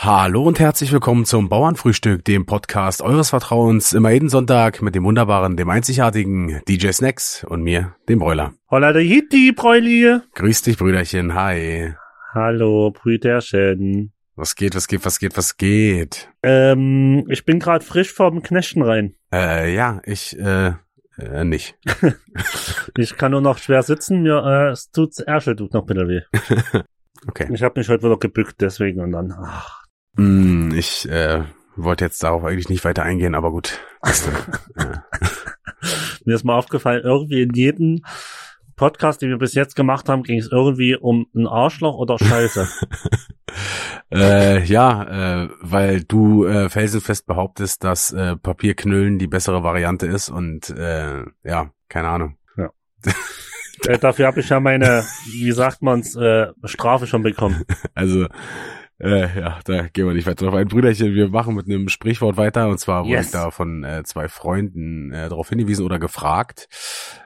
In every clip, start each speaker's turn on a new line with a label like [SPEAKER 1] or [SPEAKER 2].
[SPEAKER 1] Hallo und herzlich willkommen zum Bauernfrühstück, dem Podcast eures Vertrauens, immer jeden Sonntag mit dem wunderbaren, dem einzigartigen DJ Snacks und mir, dem Broiler.
[SPEAKER 2] Holla de Hitti, Bräuli.
[SPEAKER 1] Grüß dich, Brüderchen, hi.
[SPEAKER 2] Hallo, Brüderchen.
[SPEAKER 1] Was geht, was geht, was geht, was geht?
[SPEAKER 2] Ähm, ich bin gerade frisch vom Knechten rein.
[SPEAKER 1] Äh, ja, ich, äh, äh nicht.
[SPEAKER 2] Ich kann nur noch schwer sitzen, mir äh, es tut's Ärsche tut noch bitte weh.
[SPEAKER 1] Okay.
[SPEAKER 2] Ich habe mich heute wieder gebückt, deswegen und dann. Ach,
[SPEAKER 1] Hm, ich, äh, wollte jetzt darauf eigentlich nicht weiter eingehen, aber gut. Das, äh,
[SPEAKER 2] mir ist mal aufgefallen, irgendwie in jedem Podcast, den wir bis jetzt gemacht haben, ging es irgendwie um ein Arschloch oder Scheiße.
[SPEAKER 1] Äh, ja, äh, weil du äh, felsenfest behauptest, dass äh, Papierknüllen die bessere Variante ist und äh, ja, keine Ahnung.
[SPEAKER 2] äh, dafür habe ich ja meine, wie sagt man's, äh, Strafe schon bekommen.
[SPEAKER 1] Also äh, ja, da gehen wir nicht weiter drauf ein. Brüderchen, wir machen mit einem Sprichwort weiter und zwar wurde
[SPEAKER 2] Yes.
[SPEAKER 1] ich da von äh, zwei Freunden äh, darauf hingewiesen oder gefragt.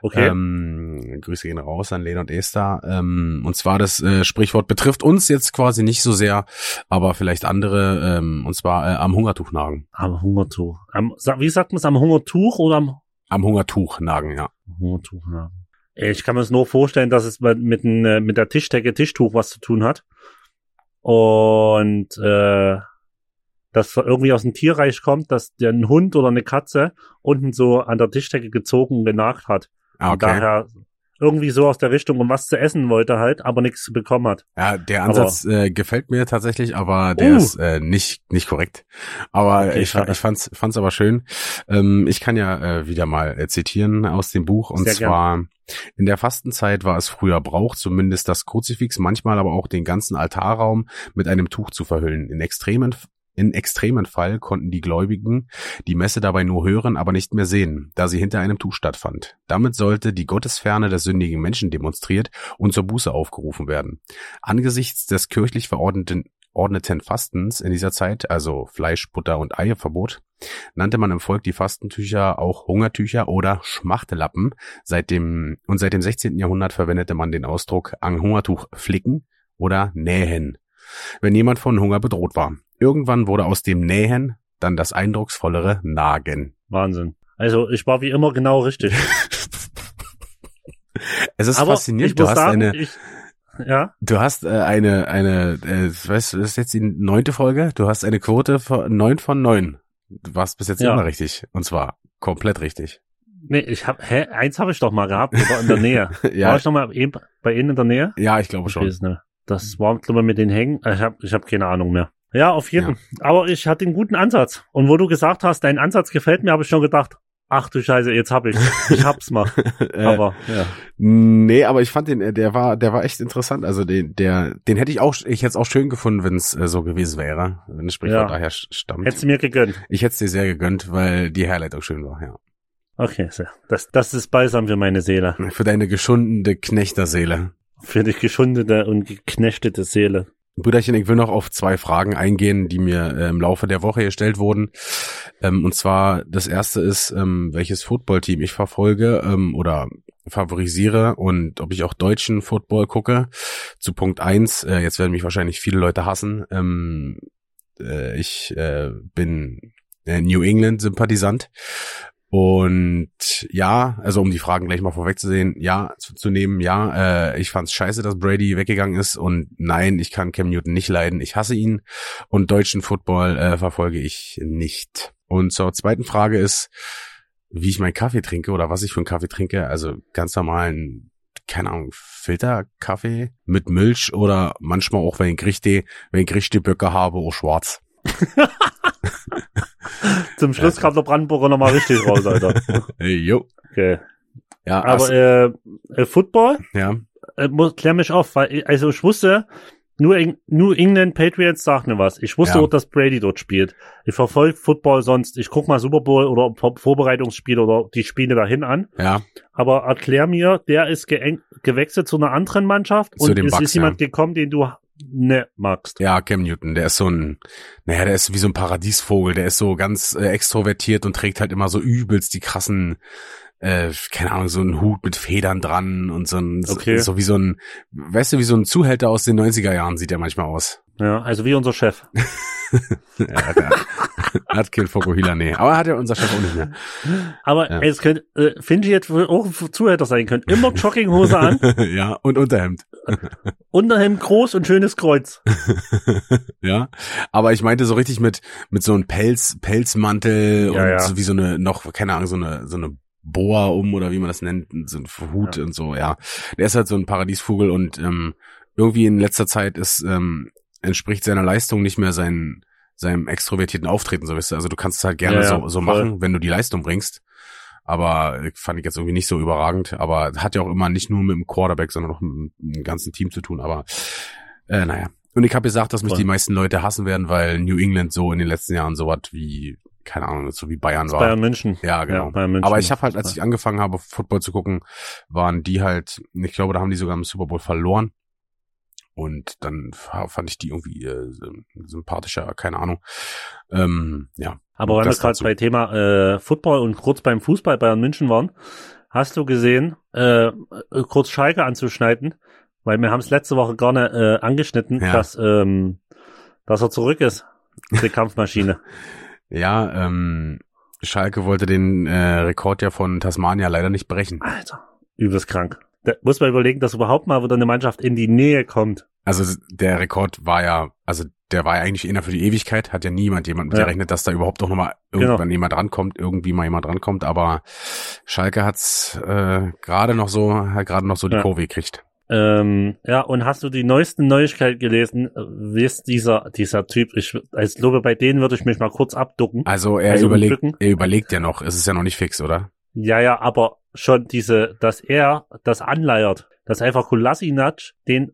[SPEAKER 2] Okay.
[SPEAKER 1] Ähm, Grüße gehen raus an Lena und Esther. Ähm, und zwar das äh, Sprichwort betrifft uns jetzt quasi nicht so sehr, aber vielleicht andere ähm, und zwar äh, am Hungertuch nagen.
[SPEAKER 2] Am Hungertuch. Am, sa- wie sagt man's, am Hungertuch oder am
[SPEAKER 1] Am Hungertuch nagen, ja.
[SPEAKER 2] Hungertuch, ja. Ich kann mir es nur vorstellen, dass es mit, mit, den, äh, mit der Tischdecke Tischtuch was zu tun hat. Und äh, das irgendwie aus dem Tierreich kommt, dass der ein Hund oder eine Katze unten so an der Tischdecke gezogen und genagt hat.
[SPEAKER 1] Ah,
[SPEAKER 2] Und daher irgendwie so aus der Richtung und was zu essen wollte halt, aber nichts bekommen hat.
[SPEAKER 1] Ja, der
[SPEAKER 2] Aber-
[SPEAKER 1] Ansatz äh, gefällt mir tatsächlich, aber der
[SPEAKER 2] Uh.
[SPEAKER 1] ist äh, nicht nicht korrekt. Aber
[SPEAKER 2] Okay,
[SPEAKER 1] ich, fa-
[SPEAKER 2] schade.
[SPEAKER 1] ich fand's fand's aber schön. Ähm, ich kann ja äh, wieder mal äh, zitieren aus dem Buch und
[SPEAKER 2] Sehr gern.
[SPEAKER 1] zwar in der Fastenzeit war es früher Brauch, zumindest das Kruzifix, manchmal aber auch den ganzen Altarraum mit einem Tuch zu verhüllen. In extremen in extremen Fall konnten die Gläubigen die Messe dabei nur hören, aber nicht mehr sehen, da sie hinter einem Tuch stattfand. Damit sollte die Gottesferne des sündigen Menschen demonstriert und zur Buße aufgerufen werden. Angesichts des kirchlich verordneten ordneten Fastens in dieser Zeit, also Fleisch, Butter und Eier Verbot, nannte man im Volk die Fastentücher auch Hungertücher oder Schmachtelappen. Seit dem, und seit dem 16. Jahrhundert verwendete man den Ausdruck an Hungertuch flicken oder nähen, wenn jemand von Hunger bedroht war. Irgendwann wurde aus dem Nähen dann das eindrucksvollere Nagen.
[SPEAKER 2] Wahnsinn. Also ich war wie immer genau richtig.
[SPEAKER 1] Es ist
[SPEAKER 2] aber ich
[SPEAKER 1] faszinierend, du
[SPEAKER 2] muss
[SPEAKER 1] hast
[SPEAKER 2] sagen,
[SPEAKER 1] eine,
[SPEAKER 2] ich, ja,
[SPEAKER 1] du hast äh, eine, eine, äh, weißt du, das ist jetzt die neunte Folge, du hast eine Quote von neun von neun. Du warst bis jetzt
[SPEAKER 2] Ja.
[SPEAKER 1] immer richtig. Und zwar komplett richtig.
[SPEAKER 2] nee, ich hab, hä, eins habe ich doch mal gehabt, aber in der Nähe. War
[SPEAKER 1] ja,
[SPEAKER 2] ich noch mal eben bei Ihnen in der Nähe?
[SPEAKER 1] ja, ich glaube
[SPEAKER 2] Ich
[SPEAKER 1] schon.
[SPEAKER 2] weiß nicht. ne? Das war, glaube ich, mit den Hängen. äh, Ich habe ich hab keine Ahnung mehr. Ja, auf jeden Fall. Aber ich hatte einen guten Ansatz. Und wo du gesagt hast, dein Ansatz gefällt mir, habe ich schon gedacht, ach du Scheiße, jetzt hab ich Ich hab's mal.
[SPEAKER 1] Äh,
[SPEAKER 2] Aber ja.
[SPEAKER 1] Nee, aber ich fand den, äh, der war, der war echt interessant. Also den, der, den hätte ich auch, ich hätte es auch schön gefunden, wenn es äh, so gewesen wäre, wenn das Sprichwort
[SPEAKER 2] Ja.
[SPEAKER 1] daher sch- stammt.
[SPEAKER 2] hättest du mir gegönnt.
[SPEAKER 1] ich hätte es dir sehr gegönnt, weil die Herleitung schön war, ja.
[SPEAKER 2] Okay, so. das, das ist balsam für meine Seele.
[SPEAKER 1] Für deine geschundene Knechterseele.
[SPEAKER 2] Für die geschundete und geknechtete Seele.
[SPEAKER 1] Brüderchen, ich will noch auf zwei Fragen eingehen, die mir äh, im Laufe der Woche gestellt wurden. Ähm, und zwar, das erste ist, ähm, welches Footballteam ich verfolge ähm, oder favorisiere und ob ich auch deutschen Football gucke. Zu Punkt eins. äh, jetzt werden mich wahrscheinlich viele Leute hassen. Ähm, äh, ich äh, bin äh, New England-Sympathisant. Und ja, also um die Fragen gleich mal vorwegzusehen, ja, zu, zu nehmen, ja, äh, ich fand's scheiße, dass Brady weggegangen ist und nein, ich kann Cam Newton nicht leiden, ich hasse ihn und deutschen Football äh, verfolge ich nicht. Und zur zweiten Frage ist, wie ich meinen Kaffee trinke oder was ich für einen Kaffee trinke, also ganz normalen, keine Ahnung, Filterkaffee mit Milch oder manchmal auch, wenn ich richtig, wenn ich richtig Böcke habe, auch schwarz.
[SPEAKER 2] Zum Schluss kam der Brandenburger nochmal richtig raus, Alter.
[SPEAKER 1] Äh, jo.
[SPEAKER 2] Okay.
[SPEAKER 1] Ja,
[SPEAKER 2] Aber
[SPEAKER 1] ach,
[SPEAKER 2] äh, äh, Football,
[SPEAKER 1] ja.
[SPEAKER 2] äh, muss, klär mich auf, weil ich, also ich wusste, nur Eng New England Patriots sagt mir was. Ich wusste
[SPEAKER 1] Ja.
[SPEAKER 2] auch, dass Brady dort spielt. Ich verfolge Football sonst. Ich guck mal Super Bowl oder Vor Vorbereitungsspiele oder die Spiele dahin an.
[SPEAKER 1] ja,
[SPEAKER 2] Aber erklär mir, der ist geeng- gewechselt zu einer anderen Mannschaft
[SPEAKER 1] Zu
[SPEAKER 2] und
[SPEAKER 1] den
[SPEAKER 2] es
[SPEAKER 1] Bucks,
[SPEAKER 2] ist jemand gekommen, den du ne magst.
[SPEAKER 1] Ja, Cam Newton, der ist so ein, naja, der ist wie so ein Paradiesvogel, der ist so ganz äh, extrovertiert und trägt halt immer so übelst die krassen, äh, keine Ahnung, so einen Hut mit Federn dran und so ein, so-
[SPEAKER 2] Okay.
[SPEAKER 1] so wie so ein, weißt du, wie so ein Zuhälter aus den 90er Jahren sieht er manchmal aus.
[SPEAKER 2] Ja, also wie unser Chef.
[SPEAKER 1] ja, der hat Kill Fokuhila, nee. Aber hat ja unser Chef auch nicht mehr.
[SPEAKER 2] Aber
[SPEAKER 1] Ja.
[SPEAKER 2] es könnte, äh, Finji jetzt wohl auch ein Zuhälter sein können. Immer Jogginghose an,
[SPEAKER 1] ja, und Unterhemd.
[SPEAKER 2] Unterhemd groß und schönes Kreuz.
[SPEAKER 1] ja. Aber ich meinte so richtig mit, mit so einem Pelz, Pelzmantel
[SPEAKER 2] Ja,
[SPEAKER 1] und
[SPEAKER 2] ja.
[SPEAKER 1] So wie so eine, noch, keine Ahnung, so eine, so eine Boa um oder wie man das nennt, so ein Hut und so, ja. Der ist halt so ein Paradiesvogel und ähm, irgendwie in letzter Zeit ist, ähm, entspricht seiner Leistung nicht mehr sein, seinem extrovertierten Auftreten, so weißt du. Also du kannst es halt gerne
[SPEAKER 2] Ja, ja,
[SPEAKER 1] so, so
[SPEAKER 2] voll.
[SPEAKER 1] machen, wenn du die Leistung bringst. Aber äh, fand ich jetzt irgendwie nicht so überragend. Aber hat ja auch immer nicht nur mit dem Quarterback, sondern auch mit dem ganzen Team zu tun. Aber äh, naja. Und ich habe gesagt, dass mich
[SPEAKER 2] Voll.
[SPEAKER 1] die meisten Leute hassen werden, weil New England so in den letzten Jahren sowas wie, keine Ahnung, so wie Bayern war.
[SPEAKER 2] Bayern München.
[SPEAKER 1] Ja, genau.
[SPEAKER 2] Ja, Bayern München.
[SPEAKER 1] Aber ich habe halt, als ich angefangen habe, Football zu gucken, waren die halt, ich glaube, da haben die sogar im Super Bowl verloren. Und dann f- fand ich die irgendwie äh, sympathischer, keine Ahnung. Ähm, ja.
[SPEAKER 2] Aber weil wir
[SPEAKER 1] Das
[SPEAKER 2] gerade
[SPEAKER 1] dazu.
[SPEAKER 2] bei Thema äh, Football und kurz beim Fußball Bayern München waren, hast du gesehen, äh, äh, kurz Schalke anzuschneiden, weil wir haben es letzte Woche gar nicht äh, angeschnitten,
[SPEAKER 1] Ja.
[SPEAKER 2] dass, ähm, dass er zurück ist, die Kampfmaschine.
[SPEAKER 1] Ja, ähm, Schalke wollte den äh, Rekord ja von Tasmania leider nicht brechen.
[SPEAKER 2] Alter, übelst krank. Da muss man überlegen, dass überhaupt mal wieder eine Mannschaft in die Nähe kommt.
[SPEAKER 1] Also der Rekord war ja, also der war ja eigentlich inner für die Ewigkeit, hat ja niemand jemand mit
[SPEAKER 2] Ja.
[SPEAKER 1] gerechnet, dass da überhaupt noch mal irgendwann jemand rankommt, irgendwie mal jemand rankommt, aber Schalke hat's äh, gerade noch so, hat gerade noch so die
[SPEAKER 2] Ja.
[SPEAKER 1] Kurve gekriegt.
[SPEAKER 2] Ähm, ja, und hast du die neuesten Neuigkeiten gelesen? Äh, Wie ist dieser, dieser Typ? Ich, als Lobe bei denen würde ich mich mal kurz abducken.
[SPEAKER 1] Also er
[SPEAKER 2] Also
[SPEAKER 1] überlegt,
[SPEAKER 2] umdrücken?
[SPEAKER 1] er überlegt ja noch, es ist ja noch nicht fix, oder?
[SPEAKER 2] Ja, ja, aber schon diese, dass er das anleiert, dass einfach Kulasinac den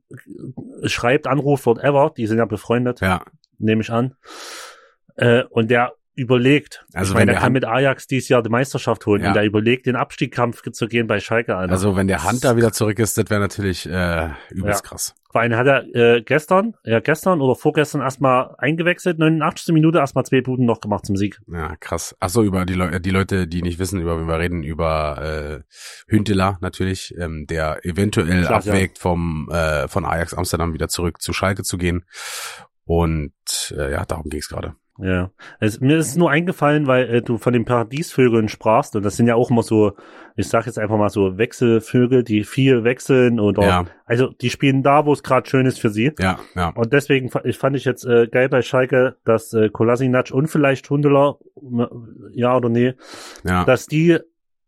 [SPEAKER 2] äh, schreibt, anruft, whatever, die sind ja befreundet,
[SPEAKER 1] Ja.
[SPEAKER 2] nehme ich an. Äh, und der überlegt,
[SPEAKER 1] Also
[SPEAKER 2] ich meine,
[SPEAKER 1] wenn
[SPEAKER 2] der,
[SPEAKER 1] der
[SPEAKER 2] kann
[SPEAKER 1] Hand-
[SPEAKER 2] mit Ajax dieses Jahr die Meisterschaft holen
[SPEAKER 1] Ja.
[SPEAKER 2] und der überlegt, den Abstiegskampf zu gehen bei Schalke an.
[SPEAKER 1] Also wenn der Hunter wieder zurück ist, das wäre natürlich äh, übelst
[SPEAKER 2] Ja.
[SPEAKER 1] krass.
[SPEAKER 2] Vor allem hat er äh, gestern, ja gestern oder vorgestern erstmal eingewechselt, 89. Minute erstmal zwei Buden noch gemacht zum Sieg.
[SPEAKER 1] Ja, krass. Ach so, über die, Leu äh, die Leute, die nicht wissen, über wen wir reden, über äh, Hünteler natürlich, ähm, der eventuell
[SPEAKER 2] Klar, ja.
[SPEAKER 1] abwägt, vom äh, von Ajax Amsterdam wieder zurück zu Schalke zu gehen. Und äh, ja, darum ging's gerade.
[SPEAKER 2] Ja, es, mir ist nur eingefallen, weil äh, du von den Paradiesvögeln sprachst und das sind ja auch immer so, ich sag jetzt einfach mal so Wechselvögel, die viel wechseln oder
[SPEAKER 1] Ja,
[SPEAKER 2] also die spielen da, wo es gerade schön ist für sie.
[SPEAKER 1] ja, ja.
[SPEAKER 2] Und deswegen fa- ich fand ich jetzt äh, geil bei Schalke, dass äh, Kolasinac und vielleicht Hundeler, m- ja oder nee,
[SPEAKER 1] ja.
[SPEAKER 2] dass die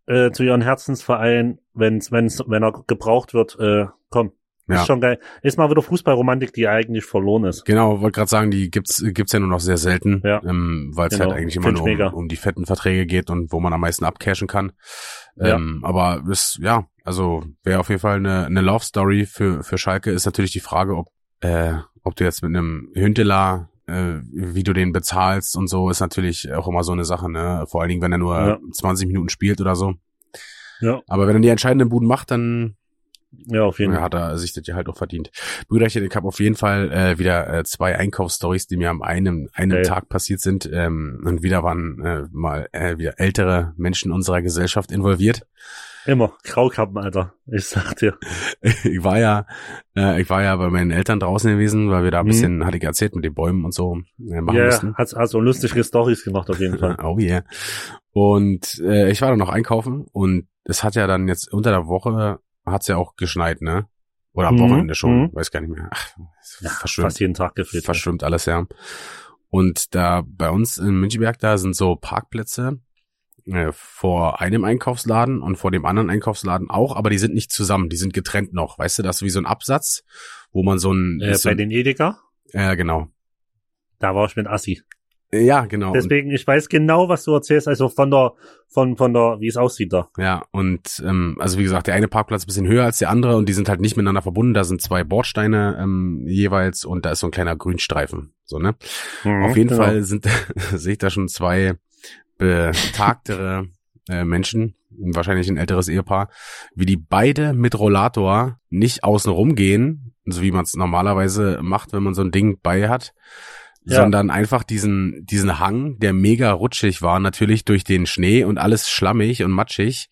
[SPEAKER 2] äh, zu ihren Herzensverein, wenn's, wenn's, wenn er gebraucht wird, äh, kommen.
[SPEAKER 1] Ja.
[SPEAKER 2] Ist schon geil. Ist mal wieder Fußballromantik, die eigentlich verloren ist.
[SPEAKER 1] Genau, wollte gerade sagen, die gibt's gibt's ja nur noch sehr selten,
[SPEAKER 2] Ja.
[SPEAKER 1] ähm, weil es
[SPEAKER 2] Genau,
[SPEAKER 1] halt eigentlich immer
[SPEAKER 2] find ich
[SPEAKER 1] nur um,
[SPEAKER 2] mega.
[SPEAKER 1] um die fetten Verträge geht und wo man am meisten abcashen kann.
[SPEAKER 2] Ja.
[SPEAKER 1] Ähm, aber ist ja, also wäre auf jeden Fall eine, eine Love Story für für Schalke. Ist natürlich die Frage, ob äh, ob du jetzt mit einem Hünteler äh, wie du den bezahlst und so ist natürlich auch immer so eine Sache, ne? Vor allen Dingen, wenn er nur
[SPEAKER 2] Ja.
[SPEAKER 1] 20 Minuten spielt oder so.
[SPEAKER 2] Ja.
[SPEAKER 1] Aber wenn er die entscheidenden Buden macht, dann
[SPEAKER 2] Ja, auf jeden
[SPEAKER 1] ja,
[SPEAKER 2] Fall.
[SPEAKER 1] hat er sich das ja halt auch verdient. Brüderchen, ich habe auf jeden Fall äh, wieder äh, zwei Einkaufsstories, die mir am einem, einem
[SPEAKER 2] Ey.
[SPEAKER 1] Tag passiert sind. Ähm, und wieder waren äh, mal äh, wieder ältere Menschen unserer Gesellschaft involviert.
[SPEAKER 2] Immer. Graukappen, Alter. Ich sag dir.
[SPEAKER 1] ich war ja, äh, ich war ja bei meinen Eltern draußen gewesen, weil wir da ein
[SPEAKER 2] Mhm.
[SPEAKER 1] bisschen, hatte ich erzählt, mit den Bäumen und so äh, machen
[SPEAKER 2] Ja,
[SPEAKER 1] mussten.
[SPEAKER 2] ja, hat also lustige Stories gemacht auf jeden Fall.
[SPEAKER 1] Oh yeah. Und äh, ich war dann noch einkaufen und es hat ja dann jetzt unter der Woche hat's ja auch geschneit, ne? Oder am
[SPEAKER 2] Mhm,
[SPEAKER 1] Wochenende schon,
[SPEAKER 2] mhm.
[SPEAKER 1] weiß gar nicht mehr. Ach,
[SPEAKER 2] Ja,
[SPEAKER 1] verschwimmt.
[SPEAKER 2] Fast jeden Tag gefühlt.
[SPEAKER 1] verschwimmt alles, ja. Und da bei uns in Müncheberg, da sind so Parkplätze äh, vor einem Einkaufsladen und vor dem anderen Einkaufsladen auch, aber die sind nicht zusammen, die sind getrennt noch. Weißt du, das ist wie so ein Absatz, wo man so ein,
[SPEAKER 2] Äh,
[SPEAKER 1] ist so
[SPEAKER 2] bei
[SPEAKER 1] ein
[SPEAKER 2] den Edeka,
[SPEAKER 1] äh, genau.
[SPEAKER 2] da war ich mit Assi.
[SPEAKER 1] Ja, genau. Und,
[SPEAKER 2] Deswegen, ich weiß genau, was du erzählst, also von der, von, von der, wie es aussieht da.
[SPEAKER 1] ja, und ähm, also wie gesagt, der eine Parkplatz ist ein bisschen höher als der andere und die sind halt nicht miteinander verbunden. Da sind zwei Bordsteine ähm, jeweils und da ist so ein kleiner Grünstreifen. So, ne?
[SPEAKER 2] Mhm,
[SPEAKER 1] Auf
[SPEAKER 2] genau.
[SPEAKER 1] jeden Fall sind, sehe ich da schon zwei betagtere äh, Menschen, wahrscheinlich ein älteres Ehepaar, wie die beide mit Rollator nicht außen rumgehen, so wie man es normalerweise macht, wenn man so ein Ding bei hat,
[SPEAKER 2] Ja.
[SPEAKER 1] sondern einfach diesen, diesen Hang, der mega rutschig war, natürlich durch den Schnee und alles schlammig und matschig,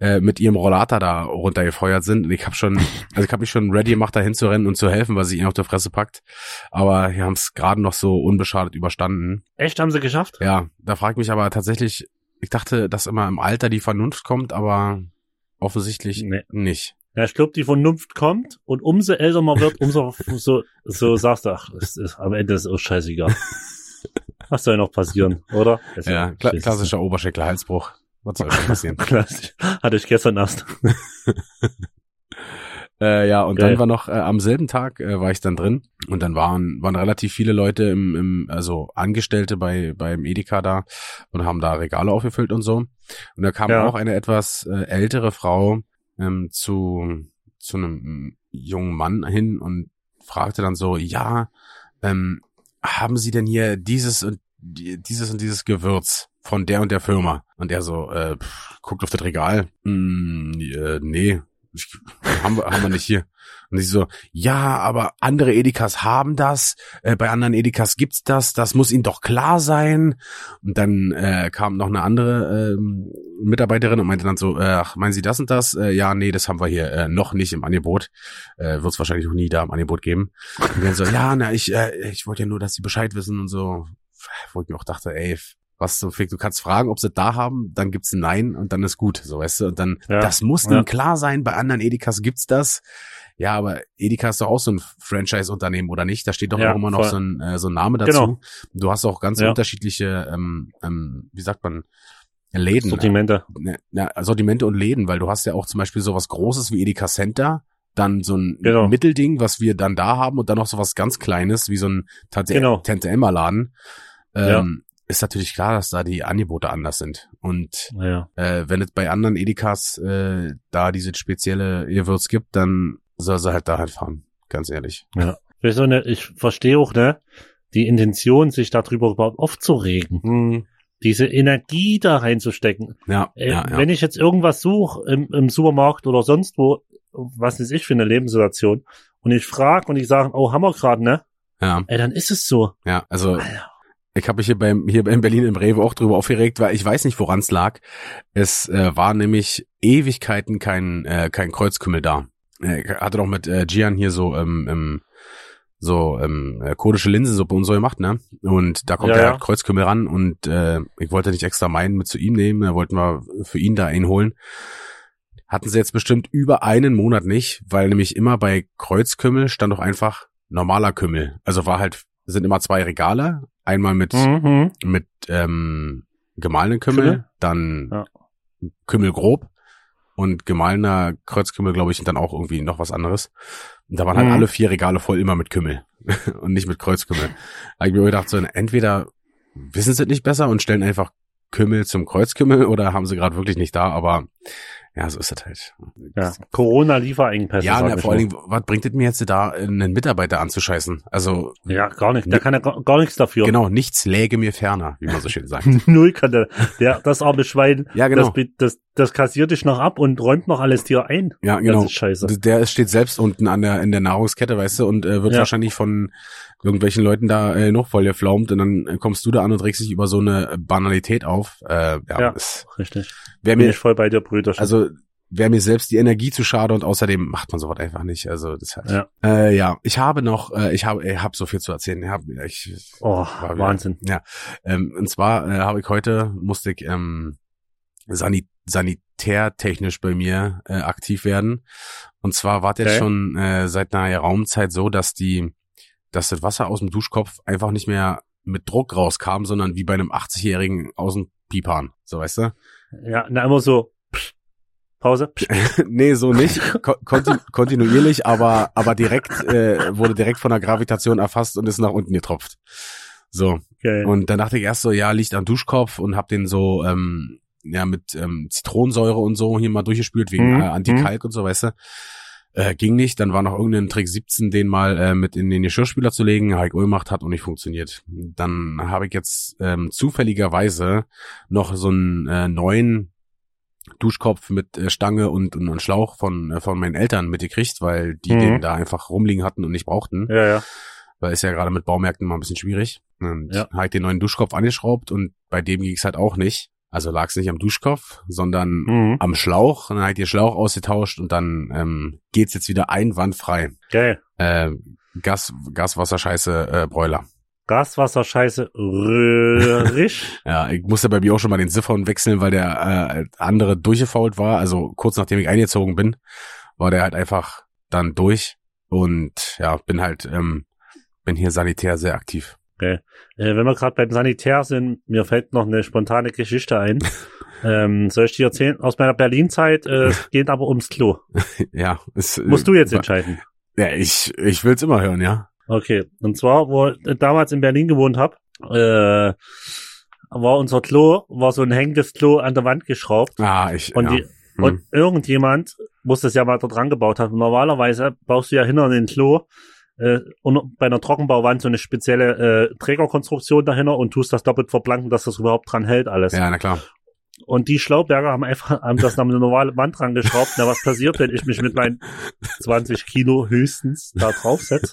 [SPEAKER 1] äh, mit ihrem Rollator da runtergefeuert sind. Und ich habe schon, also ich habe mich schon ready gemacht, da hinzurennen und zu helfen, weil sie ihn auf der Fresse packt. Aber wir haben es gerade noch so unbeschadet überstanden.
[SPEAKER 2] Echt, haben sie geschafft?
[SPEAKER 1] Ja, da frage ich mich aber tatsächlich, ich dachte, dass immer im Alter die Vernunft kommt, aber offensichtlich
[SPEAKER 2] Nee.
[SPEAKER 1] nicht.
[SPEAKER 2] Ja, ich glaube, die Vernunft kommt und umso älter man wird, umso so, so sagst du, ach, es ist, am Ende ist es auch scheißegal. Was soll noch passieren, oder? Ist
[SPEAKER 1] Ja, kla
[SPEAKER 2] scheiße.
[SPEAKER 1] klassischer Oberschenkel-Halsbruch. Was soll schon passieren?
[SPEAKER 2] Klassisch. Hatte ich gestern erst.
[SPEAKER 1] Äh, ja, und
[SPEAKER 2] Geil.
[SPEAKER 1] dann war noch äh, am selben Tag äh, war ich dann drin und dann waren waren relativ viele Leute im, im also Angestellte bei beim Edeka da und haben da Regale aufgefüllt und so. Und da kam
[SPEAKER 2] Ja.
[SPEAKER 1] auch eine etwas äh, ältere Frau ähm, zu zu einem mm, jungen Mann hin und fragte dann so, ja, ähm, haben Sie denn hier dieses und die- dieses und dieses Gewürz von der und der Firma? Und er so, äh, pff, guckt auf das Regal, mm, äh, nee, ich, haben, wir, haben wir nicht hier. Und sie so, ja, aber andere Edekas haben das, äh, bei anderen Edekas gibt's das, das muss ihnen doch klar sein. Und dann äh, kam noch eine andere ähm, Mitarbeiterin und meinte dann so, äh, ach, meinen Sie das und das? Äh, ja, nee, das haben wir hier äh, noch nicht im Angebot. Äh, Wird es wahrscheinlich noch nie da im Angebot geben. Und dann so, ja, na, ich, äh, ich wollte ja nur, dass Sie Bescheid wissen und so. Wo ich mir auch dachte, ey, was zum Fick, du kannst fragen, ob sie es da haben, dann gibt's ein Nein und dann ist gut, so weißt du. Und dann,
[SPEAKER 2] Ja.
[SPEAKER 1] das muss
[SPEAKER 2] Ja.
[SPEAKER 1] ihnen klar sein, bei anderen Edekas gibt's das. Ja, aber Edeka ist doch auch so ein Franchise-Unternehmen, oder nicht? Da steht doch
[SPEAKER 2] Ja,
[SPEAKER 1] auch immer noch
[SPEAKER 2] voll.
[SPEAKER 1] so ein, äh, so ein Name dazu.
[SPEAKER 2] Genau.
[SPEAKER 1] Du hast auch ganz
[SPEAKER 2] Ja.
[SPEAKER 1] unterschiedliche, ähm, ähm, wie sagt man, Läden.
[SPEAKER 2] Sortimente.
[SPEAKER 1] Ne, na, Sortimente und Läden, weil du hast ja auch zum Beispiel sowas Großes wie Edeka Center, dann so ein
[SPEAKER 2] Genau.
[SPEAKER 1] Mittelding, was wir dann da haben und dann noch sowas ganz Kleines wie so ein Tante,
[SPEAKER 2] Genau.
[SPEAKER 1] Tante Emma Laden.
[SPEAKER 2] Ja.
[SPEAKER 1] Ähm, Ist natürlich klar, dass da die Angebote anders sind. Und
[SPEAKER 2] Ja.
[SPEAKER 1] äh, wenn es bei anderen Edekas äh, da dieses spezielle Gewürz gibt, dann soll sie halt da halt fahren. Ganz ehrlich.
[SPEAKER 2] Ich, so eine, ich verstehe auch, ne? Die Intention, sich darüber überhaupt aufzuregen.
[SPEAKER 1] Hm.
[SPEAKER 2] Diese Energie da reinzustecken.
[SPEAKER 1] Ja,
[SPEAKER 2] Äh,
[SPEAKER 1] ja, ja.
[SPEAKER 2] Wenn ich jetzt irgendwas suche im, im Supermarkt oder sonst wo, was weiß ich für eine Lebenssituation, und ich frage und ich sage, oh, haben wir gerade, ne?
[SPEAKER 1] ja,
[SPEAKER 2] Ey, dann ist es so.
[SPEAKER 1] ja. Also
[SPEAKER 2] Alter.
[SPEAKER 1] Ich habe mich hier beim hier in Berlin im Rewe auch drüber aufgeregt, weil ich weiß nicht, woran es lag. Es äh, war nämlich Ewigkeiten kein äh, kein Kreuzkümmel da. Äh, Ich hatte doch mit äh, Gian hier so ähm, ähm, so ähm, äh, kurdische Linsensuppe und so gemacht, ne? Und da kommt
[SPEAKER 2] Ja,
[SPEAKER 1] ja,
[SPEAKER 2] ja.
[SPEAKER 1] halt Kreuzkümmel ran und äh, ich wollte nicht extra meinen mit zu ihm nehmen, da wollten wir für ihn da einen holen. Hatten sie jetzt bestimmt über einen Monat nicht, weil nämlich immer bei Kreuzkümmel stand doch einfach normaler Kümmel. Also war halt sind immer zwei Regale, einmal mit
[SPEAKER 2] Mhm.
[SPEAKER 1] mit ähm, gemahlenen Kümmel,
[SPEAKER 2] Kümmel?
[SPEAKER 1] dann
[SPEAKER 2] Ja.
[SPEAKER 1] Kümmel grob und gemahlener Kreuzkümmel, glaube ich, und dann auch irgendwie noch was anderes. Und da waren halt
[SPEAKER 2] Mhm.
[SPEAKER 1] alle vier Regale voll immer mit Kümmel und nicht mit Kreuzkümmel. Hab ich mir gedacht, so, entweder wissen sie es nicht besser und stellen einfach Kümmel zum Kreuzkümmel oder haben sie gerade wirklich nicht da, aber ja, so ist das halt.
[SPEAKER 2] Ja. Corona-Lieferengpässe.
[SPEAKER 1] Ja,
[SPEAKER 2] sag
[SPEAKER 1] na,
[SPEAKER 2] ich
[SPEAKER 1] vor
[SPEAKER 2] mal.
[SPEAKER 1] allen Dingen, was bringt es mir jetzt da, einen Mitarbeiter anzuscheißen? Also,
[SPEAKER 2] Ja, gar nicht. Der kann ja gar, gar nichts dafür.
[SPEAKER 1] genau, nichts läge mir ferner, wie man so schön sagt.
[SPEAKER 2] Null kann der. der das arme Schwein,
[SPEAKER 1] Ja, genau.
[SPEAKER 2] das, be- das, das kassiert dich noch ab und räumt noch alles dir ein.
[SPEAKER 1] Ja, genau.
[SPEAKER 2] Das ist scheiße.
[SPEAKER 1] D- Der steht selbst unten an der, in der Nahrungskette, weißt du, und äh, wird
[SPEAKER 2] Ja.
[SPEAKER 1] wahrscheinlich von irgendwelchen Leuten da äh, noch voll geflaumt und dann äh, kommst du da an und regst dich über so eine Banalität auf. Äh, ja,
[SPEAKER 2] Ja.
[SPEAKER 1] Es,
[SPEAKER 2] Richtig.
[SPEAKER 1] wär
[SPEAKER 2] Bin
[SPEAKER 1] mir,
[SPEAKER 2] ich voll bei dir, Brüder.
[SPEAKER 1] also wäre mir selbst die Energie zu schade und außerdem macht man sowas einfach nicht. Also das heißt,
[SPEAKER 2] Ja.
[SPEAKER 1] Äh, ja, ich habe noch, äh, ich habe, ich habe so viel zu erzählen. Ich hab, ich,
[SPEAKER 2] oh,
[SPEAKER 1] wieder-
[SPEAKER 2] Wahnsinn.
[SPEAKER 1] ähm, und zwar äh, habe ich heute, musste ich ähm, sanit sanitärtechnisch bei mir äh, aktiv werden. Und zwar war das
[SPEAKER 2] Okay.
[SPEAKER 1] schon äh, seit einer Raumzeit so, dass die, dass das Wasser aus dem Duschkopf einfach nicht mehr mit Druck rauskam, sondern wie bei einem 80-Jährigen aus dem Pipan. So, weißt du?
[SPEAKER 2] Ja, na, immer so. Psch, Pause. Psch,
[SPEAKER 1] nee, so nicht. Ko konti kontinuierlich, aber, aber direkt, äh, wurde direkt von der Gravitation erfasst und ist nach unten getropft. So.
[SPEAKER 2] geil.
[SPEAKER 1] Und dann dachte ich erst so, ja, liegt am Duschkopf und hab den so, ähm, ja, mit ähm, Zitronensäure und so hier mal durchgespült, wegen
[SPEAKER 2] Mhm.
[SPEAKER 1] äh, Antikalk und so, weißt du. Äh, ging nicht, dann war noch irgendein Trick 17, den mal äh, mit in den Geschirrspüler zu legen, Heik gemacht hat und nicht funktioniert. Dann habe ich jetzt ähm, zufälligerweise noch so einen äh, neuen Duschkopf mit äh, Stange und, und, und Schlauch von, äh, von meinen Eltern mitgekriegt, weil die
[SPEAKER 2] Mhm.
[SPEAKER 1] den da einfach rumliegen hatten und nicht brauchten.
[SPEAKER 2] ja, ja.
[SPEAKER 1] weil ist ja gerade mit Baumärkten mal ein bisschen schwierig. Und
[SPEAKER 2] Ja.
[SPEAKER 1] ja. halt den neuen Duschkopf angeschraubt und bei dem ging's halt auch nicht. Also lag's nicht am Duschkopf, sondern
[SPEAKER 2] Mhm.
[SPEAKER 1] am Schlauch. Und dann halt den Schlauch ausgetauscht und dann ähm, geht's jetzt wieder einwandfrei.
[SPEAKER 2] Geil.
[SPEAKER 1] Äh, Gas, Gaswasserscheiße, äh, Broiler.
[SPEAKER 2] Gaswasser, Scheiße, röhrig.
[SPEAKER 1] Ja, ich musste bei mir auch schon mal den Siphon wechseln, weil der äh, andere durchgefault war. Also kurz nachdem ich eingezogen bin, war der halt einfach dann durch. Und ja, bin halt, ähm, bin hier sanitär sehr aktiv.
[SPEAKER 2] Äh, wenn wir gerade beim Sanitär sind, mir fällt noch eine spontane Geschichte ein. ähm, soll ich dir erzählen? Aus meiner Berlin-Zeit, äh, es geht aber ums Klo.
[SPEAKER 1] Ja, es, äh,
[SPEAKER 2] Musst du jetzt entscheiden.
[SPEAKER 1] Ja, ich, ich will's immer hören, ja.
[SPEAKER 2] Okay, und zwar, wo ich damals in Berlin gewohnt habe, äh, war unser Klo, war so ein hängendes Klo an der Wand geschraubt.
[SPEAKER 1] Ah, ich,
[SPEAKER 2] Und
[SPEAKER 1] ja.
[SPEAKER 2] die-
[SPEAKER 1] Hm.
[SPEAKER 2] Und irgendjemand muss das ja mal da dran gebaut haben. Normalerweise baust du ja hinter den Klo äh, und bei einer Trockenbauwand so eine spezielle äh, Trägerkonstruktion dahinter und tust das doppelt verplanken, dass das überhaupt dran hält alles.
[SPEAKER 1] ja, na klar.
[SPEAKER 2] Und die Schlauberger haben einfach haben das an eine normale Wand dran geschraubt. Na, was passiert, wenn ich mich mit meinen 20 Kilo höchstens da draufsetze?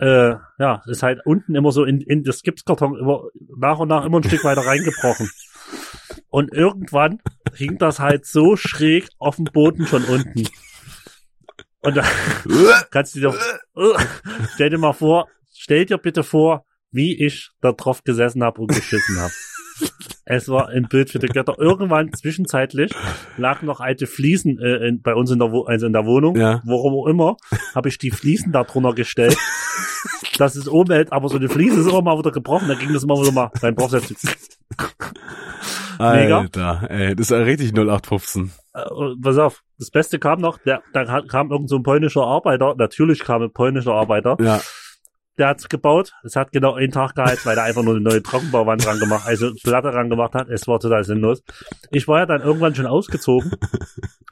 [SPEAKER 2] Äh, ja, ist halt unten immer so in, in das Gipskarton immer, nach und nach immer ein Stück weiter reingebrochen. Und irgendwann hing das halt so schräg auf dem Boden schon unten. Und da kannst du dir, stell dir mal vor, stell dir bitte vor, wie ich da drauf gesessen habe und geschissen habe. Es war ein Bild für die Götter. Irgendwann zwischenzeitlich lagen noch alte Fliesen äh, in, bei uns in der, Wo also in der Wohnung.
[SPEAKER 1] Ja.
[SPEAKER 2] Warum auch immer, habe ich die Fliesen da drunter gestellt. Das ist Umwelt, aber so eine Fliese ist immer mal wieder gebrochen. Da ging das immer wieder mal. Dein Brauchsatz. Mega.
[SPEAKER 1] Alter, ey, das ist ja richtig 0815.
[SPEAKER 2] Äh, pass auf, das Beste kam noch, der, da hat- kam irgend so ein polnischer Arbeiter, natürlich kam ein polnischer Arbeiter,
[SPEAKER 1] Ja.
[SPEAKER 2] der hat's gebaut, es hat genau einen Tag gehalten, weil er einfach nur eine neue Trockenbauwand dran gemacht, also Platte dran gemacht hat, es war total sinnlos. Ich war ja dann irgendwann schon ausgezogen,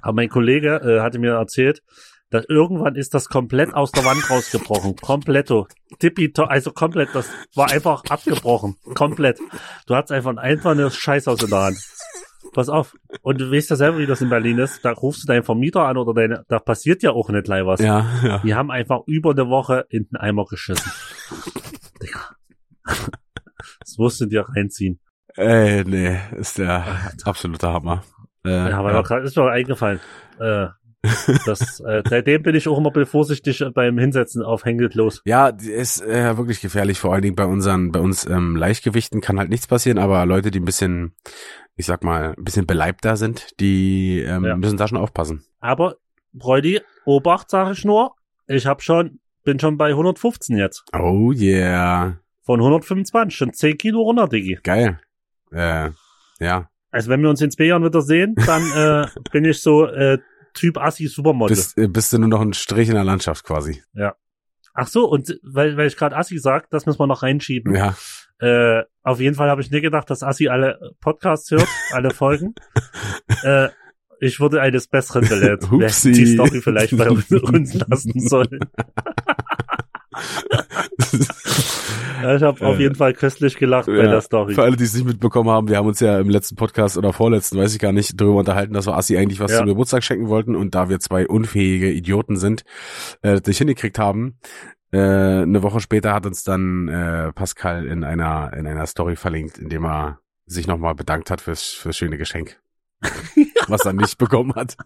[SPEAKER 2] aber mein Kollege äh, hatte mir erzählt, dass irgendwann ist das komplett aus der Wand rausgebrochen, kompletto, tippito, also komplett, das war einfach abgebrochen, komplett. Du hattest einfach, einfach eine Scheiß aus der Hand. Pass auf. Und du weißt ja selber, wie das in Berlin ist. Da rufst du deinen Vermieter an oder deine, da passiert ja auch nicht gleich was.
[SPEAKER 1] Ja, ja.
[SPEAKER 2] Die haben einfach über eine Woche in den Eimer geschissen. Digga. Das musst du dir reinziehen.
[SPEAKER 1] Ey, nee, ist der absolute Hammer. Äh,
[SPEAKER 2] Ja, aber mir grad- ist mir eingefallen. Äh, das, äh, seitdem bin ich auch immer ein bisschen vorsichtig äh, beim Hinsetzen auf Hängelt los.
[SPEAKER 1] Ja, die ist äh, wirklich gefährlich, vor allen Dingen bei unseren, bei uns ähm, Leichtgewichten kann halt nichts passieren, aber Leute, die ein bisschen, ich sag mal, ein bisschen beleibter sind, die ähm,
[SPEAKER 2] Ja.
[SPEAKER 1] müssen da schon aufpassen.
[SPEAKER 2] Aber, Bräudi, Obacht, sage ich nur. Ich hab schon, bin schon bei 115 jetzt.
[SPEAKER 1] Oh yeah.
[SPEAKER 2] Von 125, schon 10 Kilo runter, Diggi.
[SPEAKER 1] Geil. Äh, ja.
[SPEAKER 2] Also wenn wir uns in zwei Jahren wieder sehen, dann äh, bin ich so äh, Typ Assi Supermodel.
[SPEAKER 1] Bist, äh, bist du nur noch ein Strich in der Landschaft quasi.
[SPEAKER 2] Ach so, und weil, weil ich gerade Assi sag, das müssen wir noch reinschieben.
[SPEAKER 1] Ja.
[SPEAKER 2] Äh, auf jeden Fall habe ich nicht gedacht, dass Assi alle Podcasts hört, alle Folgen. äh, ich wurde eines Besseren belehrt. Wir hätten
[SPEAKER 1] Hupsi.
[SPEAKER 2] Die Story vielleicht bei uns, uns lassen sollen. Ja, Ich habe auf
[SPEAKER 1] Äh,
[SPEAKER 2] jeden Fall köstlich gelacht bei
[SPEAKER 1] ja.
[SPEAKER 2] der Story.
[SPEAKER 1] Für alle, die es nicht mitbekommen haben, wir haben uns ja im letzten Podcast oder vorletzten, weiß ich gar nicht, darüber unterhalten, dass wir Assi eigentlich was
[SPEAKER 2] Ja.
[SPEAKER 1] zum Geburtstag schenken wollten und da wir zwei unfähige Idioten sind, äh, das nicht hingekriegt haben. Äh, eine Woche später hat uns dann äh, Pascal in einer in einer Story verlinkt, indem er sich nochmal bedankt hat fürs fürs schöne Geschenk, was er nicht bekommen hat.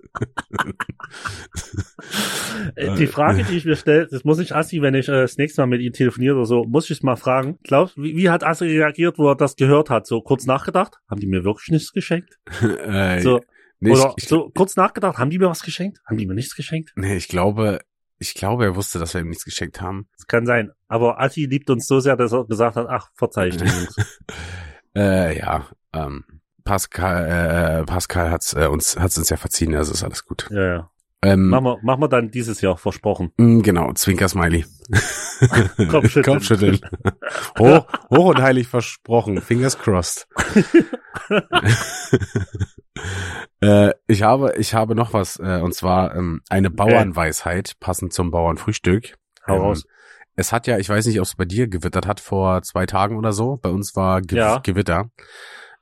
[SPEAKER 2] Äh, Die Frage, die ich mir stelle, das muss ich Assi, wenn ich äh, das nächste Mal mit ihm telefoniere oder so, muss ich es mal fragen. Glaubst wie, wie hat Assi reagiert, wo er das gehört hat? So kurz nachgedacht? Haben die mir wirklich nichts geschenkt?
[SPEAKER 1] äh,
[SPEAKER 2] So,
[SPEAKER 1] nee,
[SPEAKER 2] oder
[SPEAKER 1] ich, ich,
[SPEAKER 2] so kurz nachgedacht, haben die mir was geschenkt? Haben die mir nichts geschenkt?
[SPEAKER 1] nee, ich glaube, ich glaube, er wusste, dass wir ihm nichts geschenkt haben.
[SPEAKER 2] Das kann sein. Aber Assi liebt uns so sehr, dass er gesagt hat, ach, verzeih ich den Jungs.
[SPEAKER 1] Äh, ja, ähm, Pascal, äh, Pascal hat's äh, uns hat's uns ja verziehen, also ist alles gut.
[SPEAKER 2] Ja, ja.
[SPEAKER 1] Ähm,
[SPEAKER 2] Machen wir, machen wir dann dieses Jahr, versprochen.
[SPEAKER 1] mh, genau, Zwinker Smiley.
[SPEAKER 2] Kopfschütteln.
[SPEAKER 1] Kopfschütteln. hoch, hoch und heilig versprochen. Fingers crossed. äh, ich habe, ich habe noch was, äh, und zwar ähm, eine Bauernweisheit, passend zum Bauernfrühstück.
[SPEAKER 2] Hau
[SPEAKER 1] Ähm,
[SPEAKER 2] raus.
[SPEAKER 1] Es hat ja, ich weiß nicht, ob es bei dir gewittert hat vor zwei Tagen oder so. Bei uns war Gew
[SPEAKER 2] Ja.
[SPEAKER 1] Gewitter.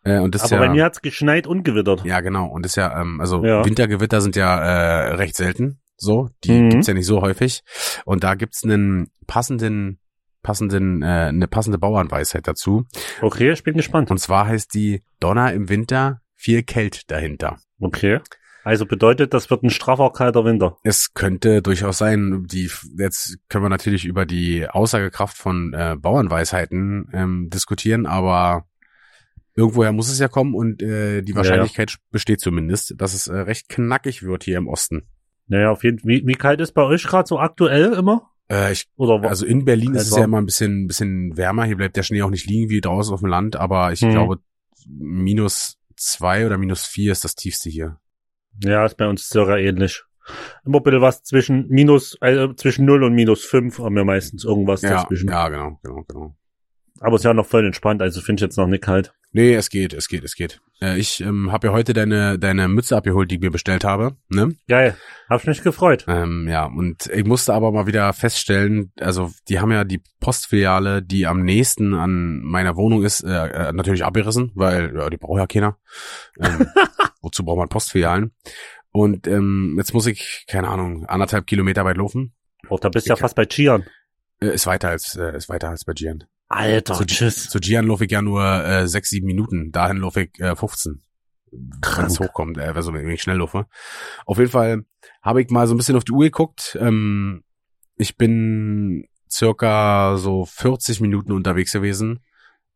[SPEAKER 1] Äh, und das ist
[SPEAKER 2] Aber
[SPEAKER 1] ja,
[SPEAKER 2] bei mir hat's geschneit und gewittert.
[SPEAKER 1] Ja, genau. Und ist ja, ähm, also
[SPEAKER 2] Ja.
[SPEAKER 1] Wintergewitter sind ja äh, recht selten. So, die
[SPEAKER 2] Mhm.
[SPEAKER 1] gibt's ja nicht so häufig. Und da gibt's einen passenden passenden, äh, eine passende Bauernweisheit dazu.
[SPEAKER 2] Okay, ich bin gespannt.
[SPEAKER 1] Und zwar heißt die Donner im Winter, viel Kält dahinter.
[SPEAKER 2] Okay. Also bedeutet, das wird ein straffer, kalter Winter.
[SPEAKER 1] Es könnte durchaus sein, die jetzt können wir natürlich über die Aussagekraft von äh, Bauernweisheiten ähm, diskutieren, aber irgendwoher muss es ja kommen und äh, die Wahrscheinlichkeit besteht zumindest, dass es äh, recht knackig wird hier im Osten.
[SPEAKER 2] Naja, auf jeden Fall. Wie, wie kalt ist bei euch gerade so aktuell immer?
[SPEAKER 1] Äh, ich,
[SPEAKER 2] Oder wa-
[SPEAKER 1] also in Berlin ist es
[SPEAKER 2] Also-
[SPEAKER 1] ja immer ein bisschen, bisschen wärmer. Hier bleibt der Schnee auch nicht liegen wie draußen auf dem Land, aber ich
[SPEAKER 2] Hm.
[SPEAKER 1] glaube, minus zwei oder minus vier ist das tiefste hier.
[SPEAKER 2] Ja, ist bei uns circa ähnlich. Immer ein bisschen was zwischen minus, also zwischen 0 und minus 5 haben wir meistens irgendwas
[SPEAKER 1] Ja,
[SPEAKER 2] dazwischen.
[SPEAKER 1] ja, genau, genau, genau.
[SPEAKER 2] Aber ist ja noch voll entspannt, also finde ich jetzt noch nicht kalt.
[SPEAKER 1] Nee, es geht, es geht, es geht. Äh, ich ähm, habe ja heute deine, deine Mütze abgeholt, die ich mir bestellt habe. Ne?
[SPEAKER 2] Geil. Hab mich gefreut.
[SPEAKER 1] Ähm, ja, und ich musste aber mal wieder feststellen, also die haben ja die Postfiliale, die am nächsten an meiner Wohnung ist, äh, äh, natürlich abgerissen, weil ja, die braucht ja keiner. Ähm, wozu braucht man Postfilialen? Und ähm, jetzt muss ich, keine Ahnung, anderthalb Kilometer weit laufen.
[SPEAKER 2] Oh, da bist du ja
[SPEAKER 1] Ich-
[SPEAKER 2] fast bei Chian.
[SPEAKER 1] Äh, ist weiter als äh, ist weiter als bei Gian.
[SPEAKER 2] Alter,
[SPEAKER 1] So-
[SPEAKER 2] tschüss.
[SPEAKER 1] Zu Gian laufe ich ja nur äh, sechs, sieben Minuten. Dahin laufe ich äh, 15. wenn es
[SPEAKER 2] Krank.
[SPEAKER 1] hochkommt, äh, also wenn ich schnell laufe. Auf jeden Fall habe ich mal so ein bisschen auf die Uhr geguckt. Ähm, ich bin circa so 40 Minuten unterwegs gewesen.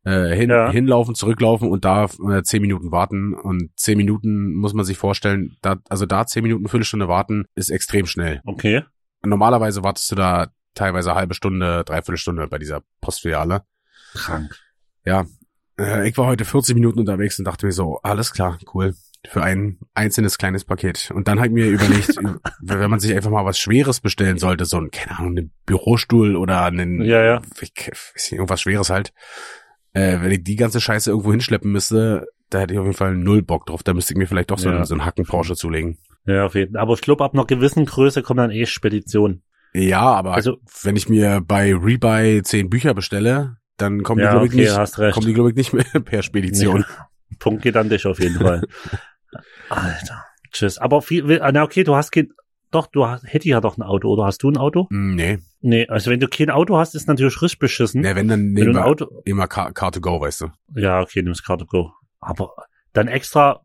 [SPEAKER 1] Äh, hin,
[SPEAKER 2] Ja.
[SPEAKER 1] Hinlaufen, zurücklaufen und da äh, 10 Minuten warten. Und 10 Minuten muss man sich vorstellen, da, also da 10 Minuten, Viertelstunde warten, ist extrem schnell.
[SPEAKER 2] Okay.
[SPEAKER 1] Normalerweise wartest du da teilweise eine halbe Stunde, dreiviertel Stunde bei dieser Postfiliale.
[SPEAKER 2] Krank.
[SPEAKER 1] Äh, ich war heute 40 Minuten unterwegs und dachte mir so, alles klar, cool. Für ein einzelnes kleines Paket. Und dann habe ich mir überlegt, w- wenn man sich einfach mal was Schweres bestellen sollte, so ein, keine Ahnung, einen Bürostuhl oder einen,
[SPEAKER 2] Ja, ja.
[SPEAKER 1] ich, weiß nicht, irgendwas Schweres halt. Äh, wenn ich die ganze Scheiße irgendwo hinschleppen müsste, da hätte ich auf jeden Fall null Bock drauf. Da müsste ich mir vielleicht doch so
[SPEAKER 2] Ja.
[SPEAKER 1] einen, so einen Hacken Porsche zulegen.
[SPEAKER 2] Ja, auf jeden Fall. Aber ich glaube, ab einer gewissen Größe kommen dann eh Speditionen.
[SPEAKER 1] Ja, aber
[SPEAKER 2] Also,
[SPEAKER 1] wenn ich mir bei Rebuy 10 Bücher bestelle, dann kommen die,
[SPEAKER 2] ja,
[SPEAKER 1] glaube ich,
[SPEAKER 2] okay,
[SPEAKER 1] nicht,
[SPEAKER 2] hast recht.
[SPEAKER 1] kommen die, glaube ich, nicht mehr per Spedition.
[SPEAKER 2] Punkt geht an dich auf jeden Fall. Alter, tschüss. Aber viel, will- ah, na okay, du hast kein, doch, du hast, Hetty hat doch ein Auto, oder hast du ein Auto?
[SPEAKER 1] Hm, Nee.
[SPEAKER 2] Nee, also wenn du kein Auto hast, ist natürlich richtig beschissen.
[SPEAKER 1] Ne, wenn, dann
[SPEAKER 2] wenn du
[SPEAKER 1] nehmen
[SPEAKER 2] ein
[SPEAKER 1] wir
[SPEAKER 2] Auto,
[SPEAKER 1] immer Car, Car to go, weißt du.
[SPEAKER 2] ja, okay, nimmst Car to Go. Aber dann extra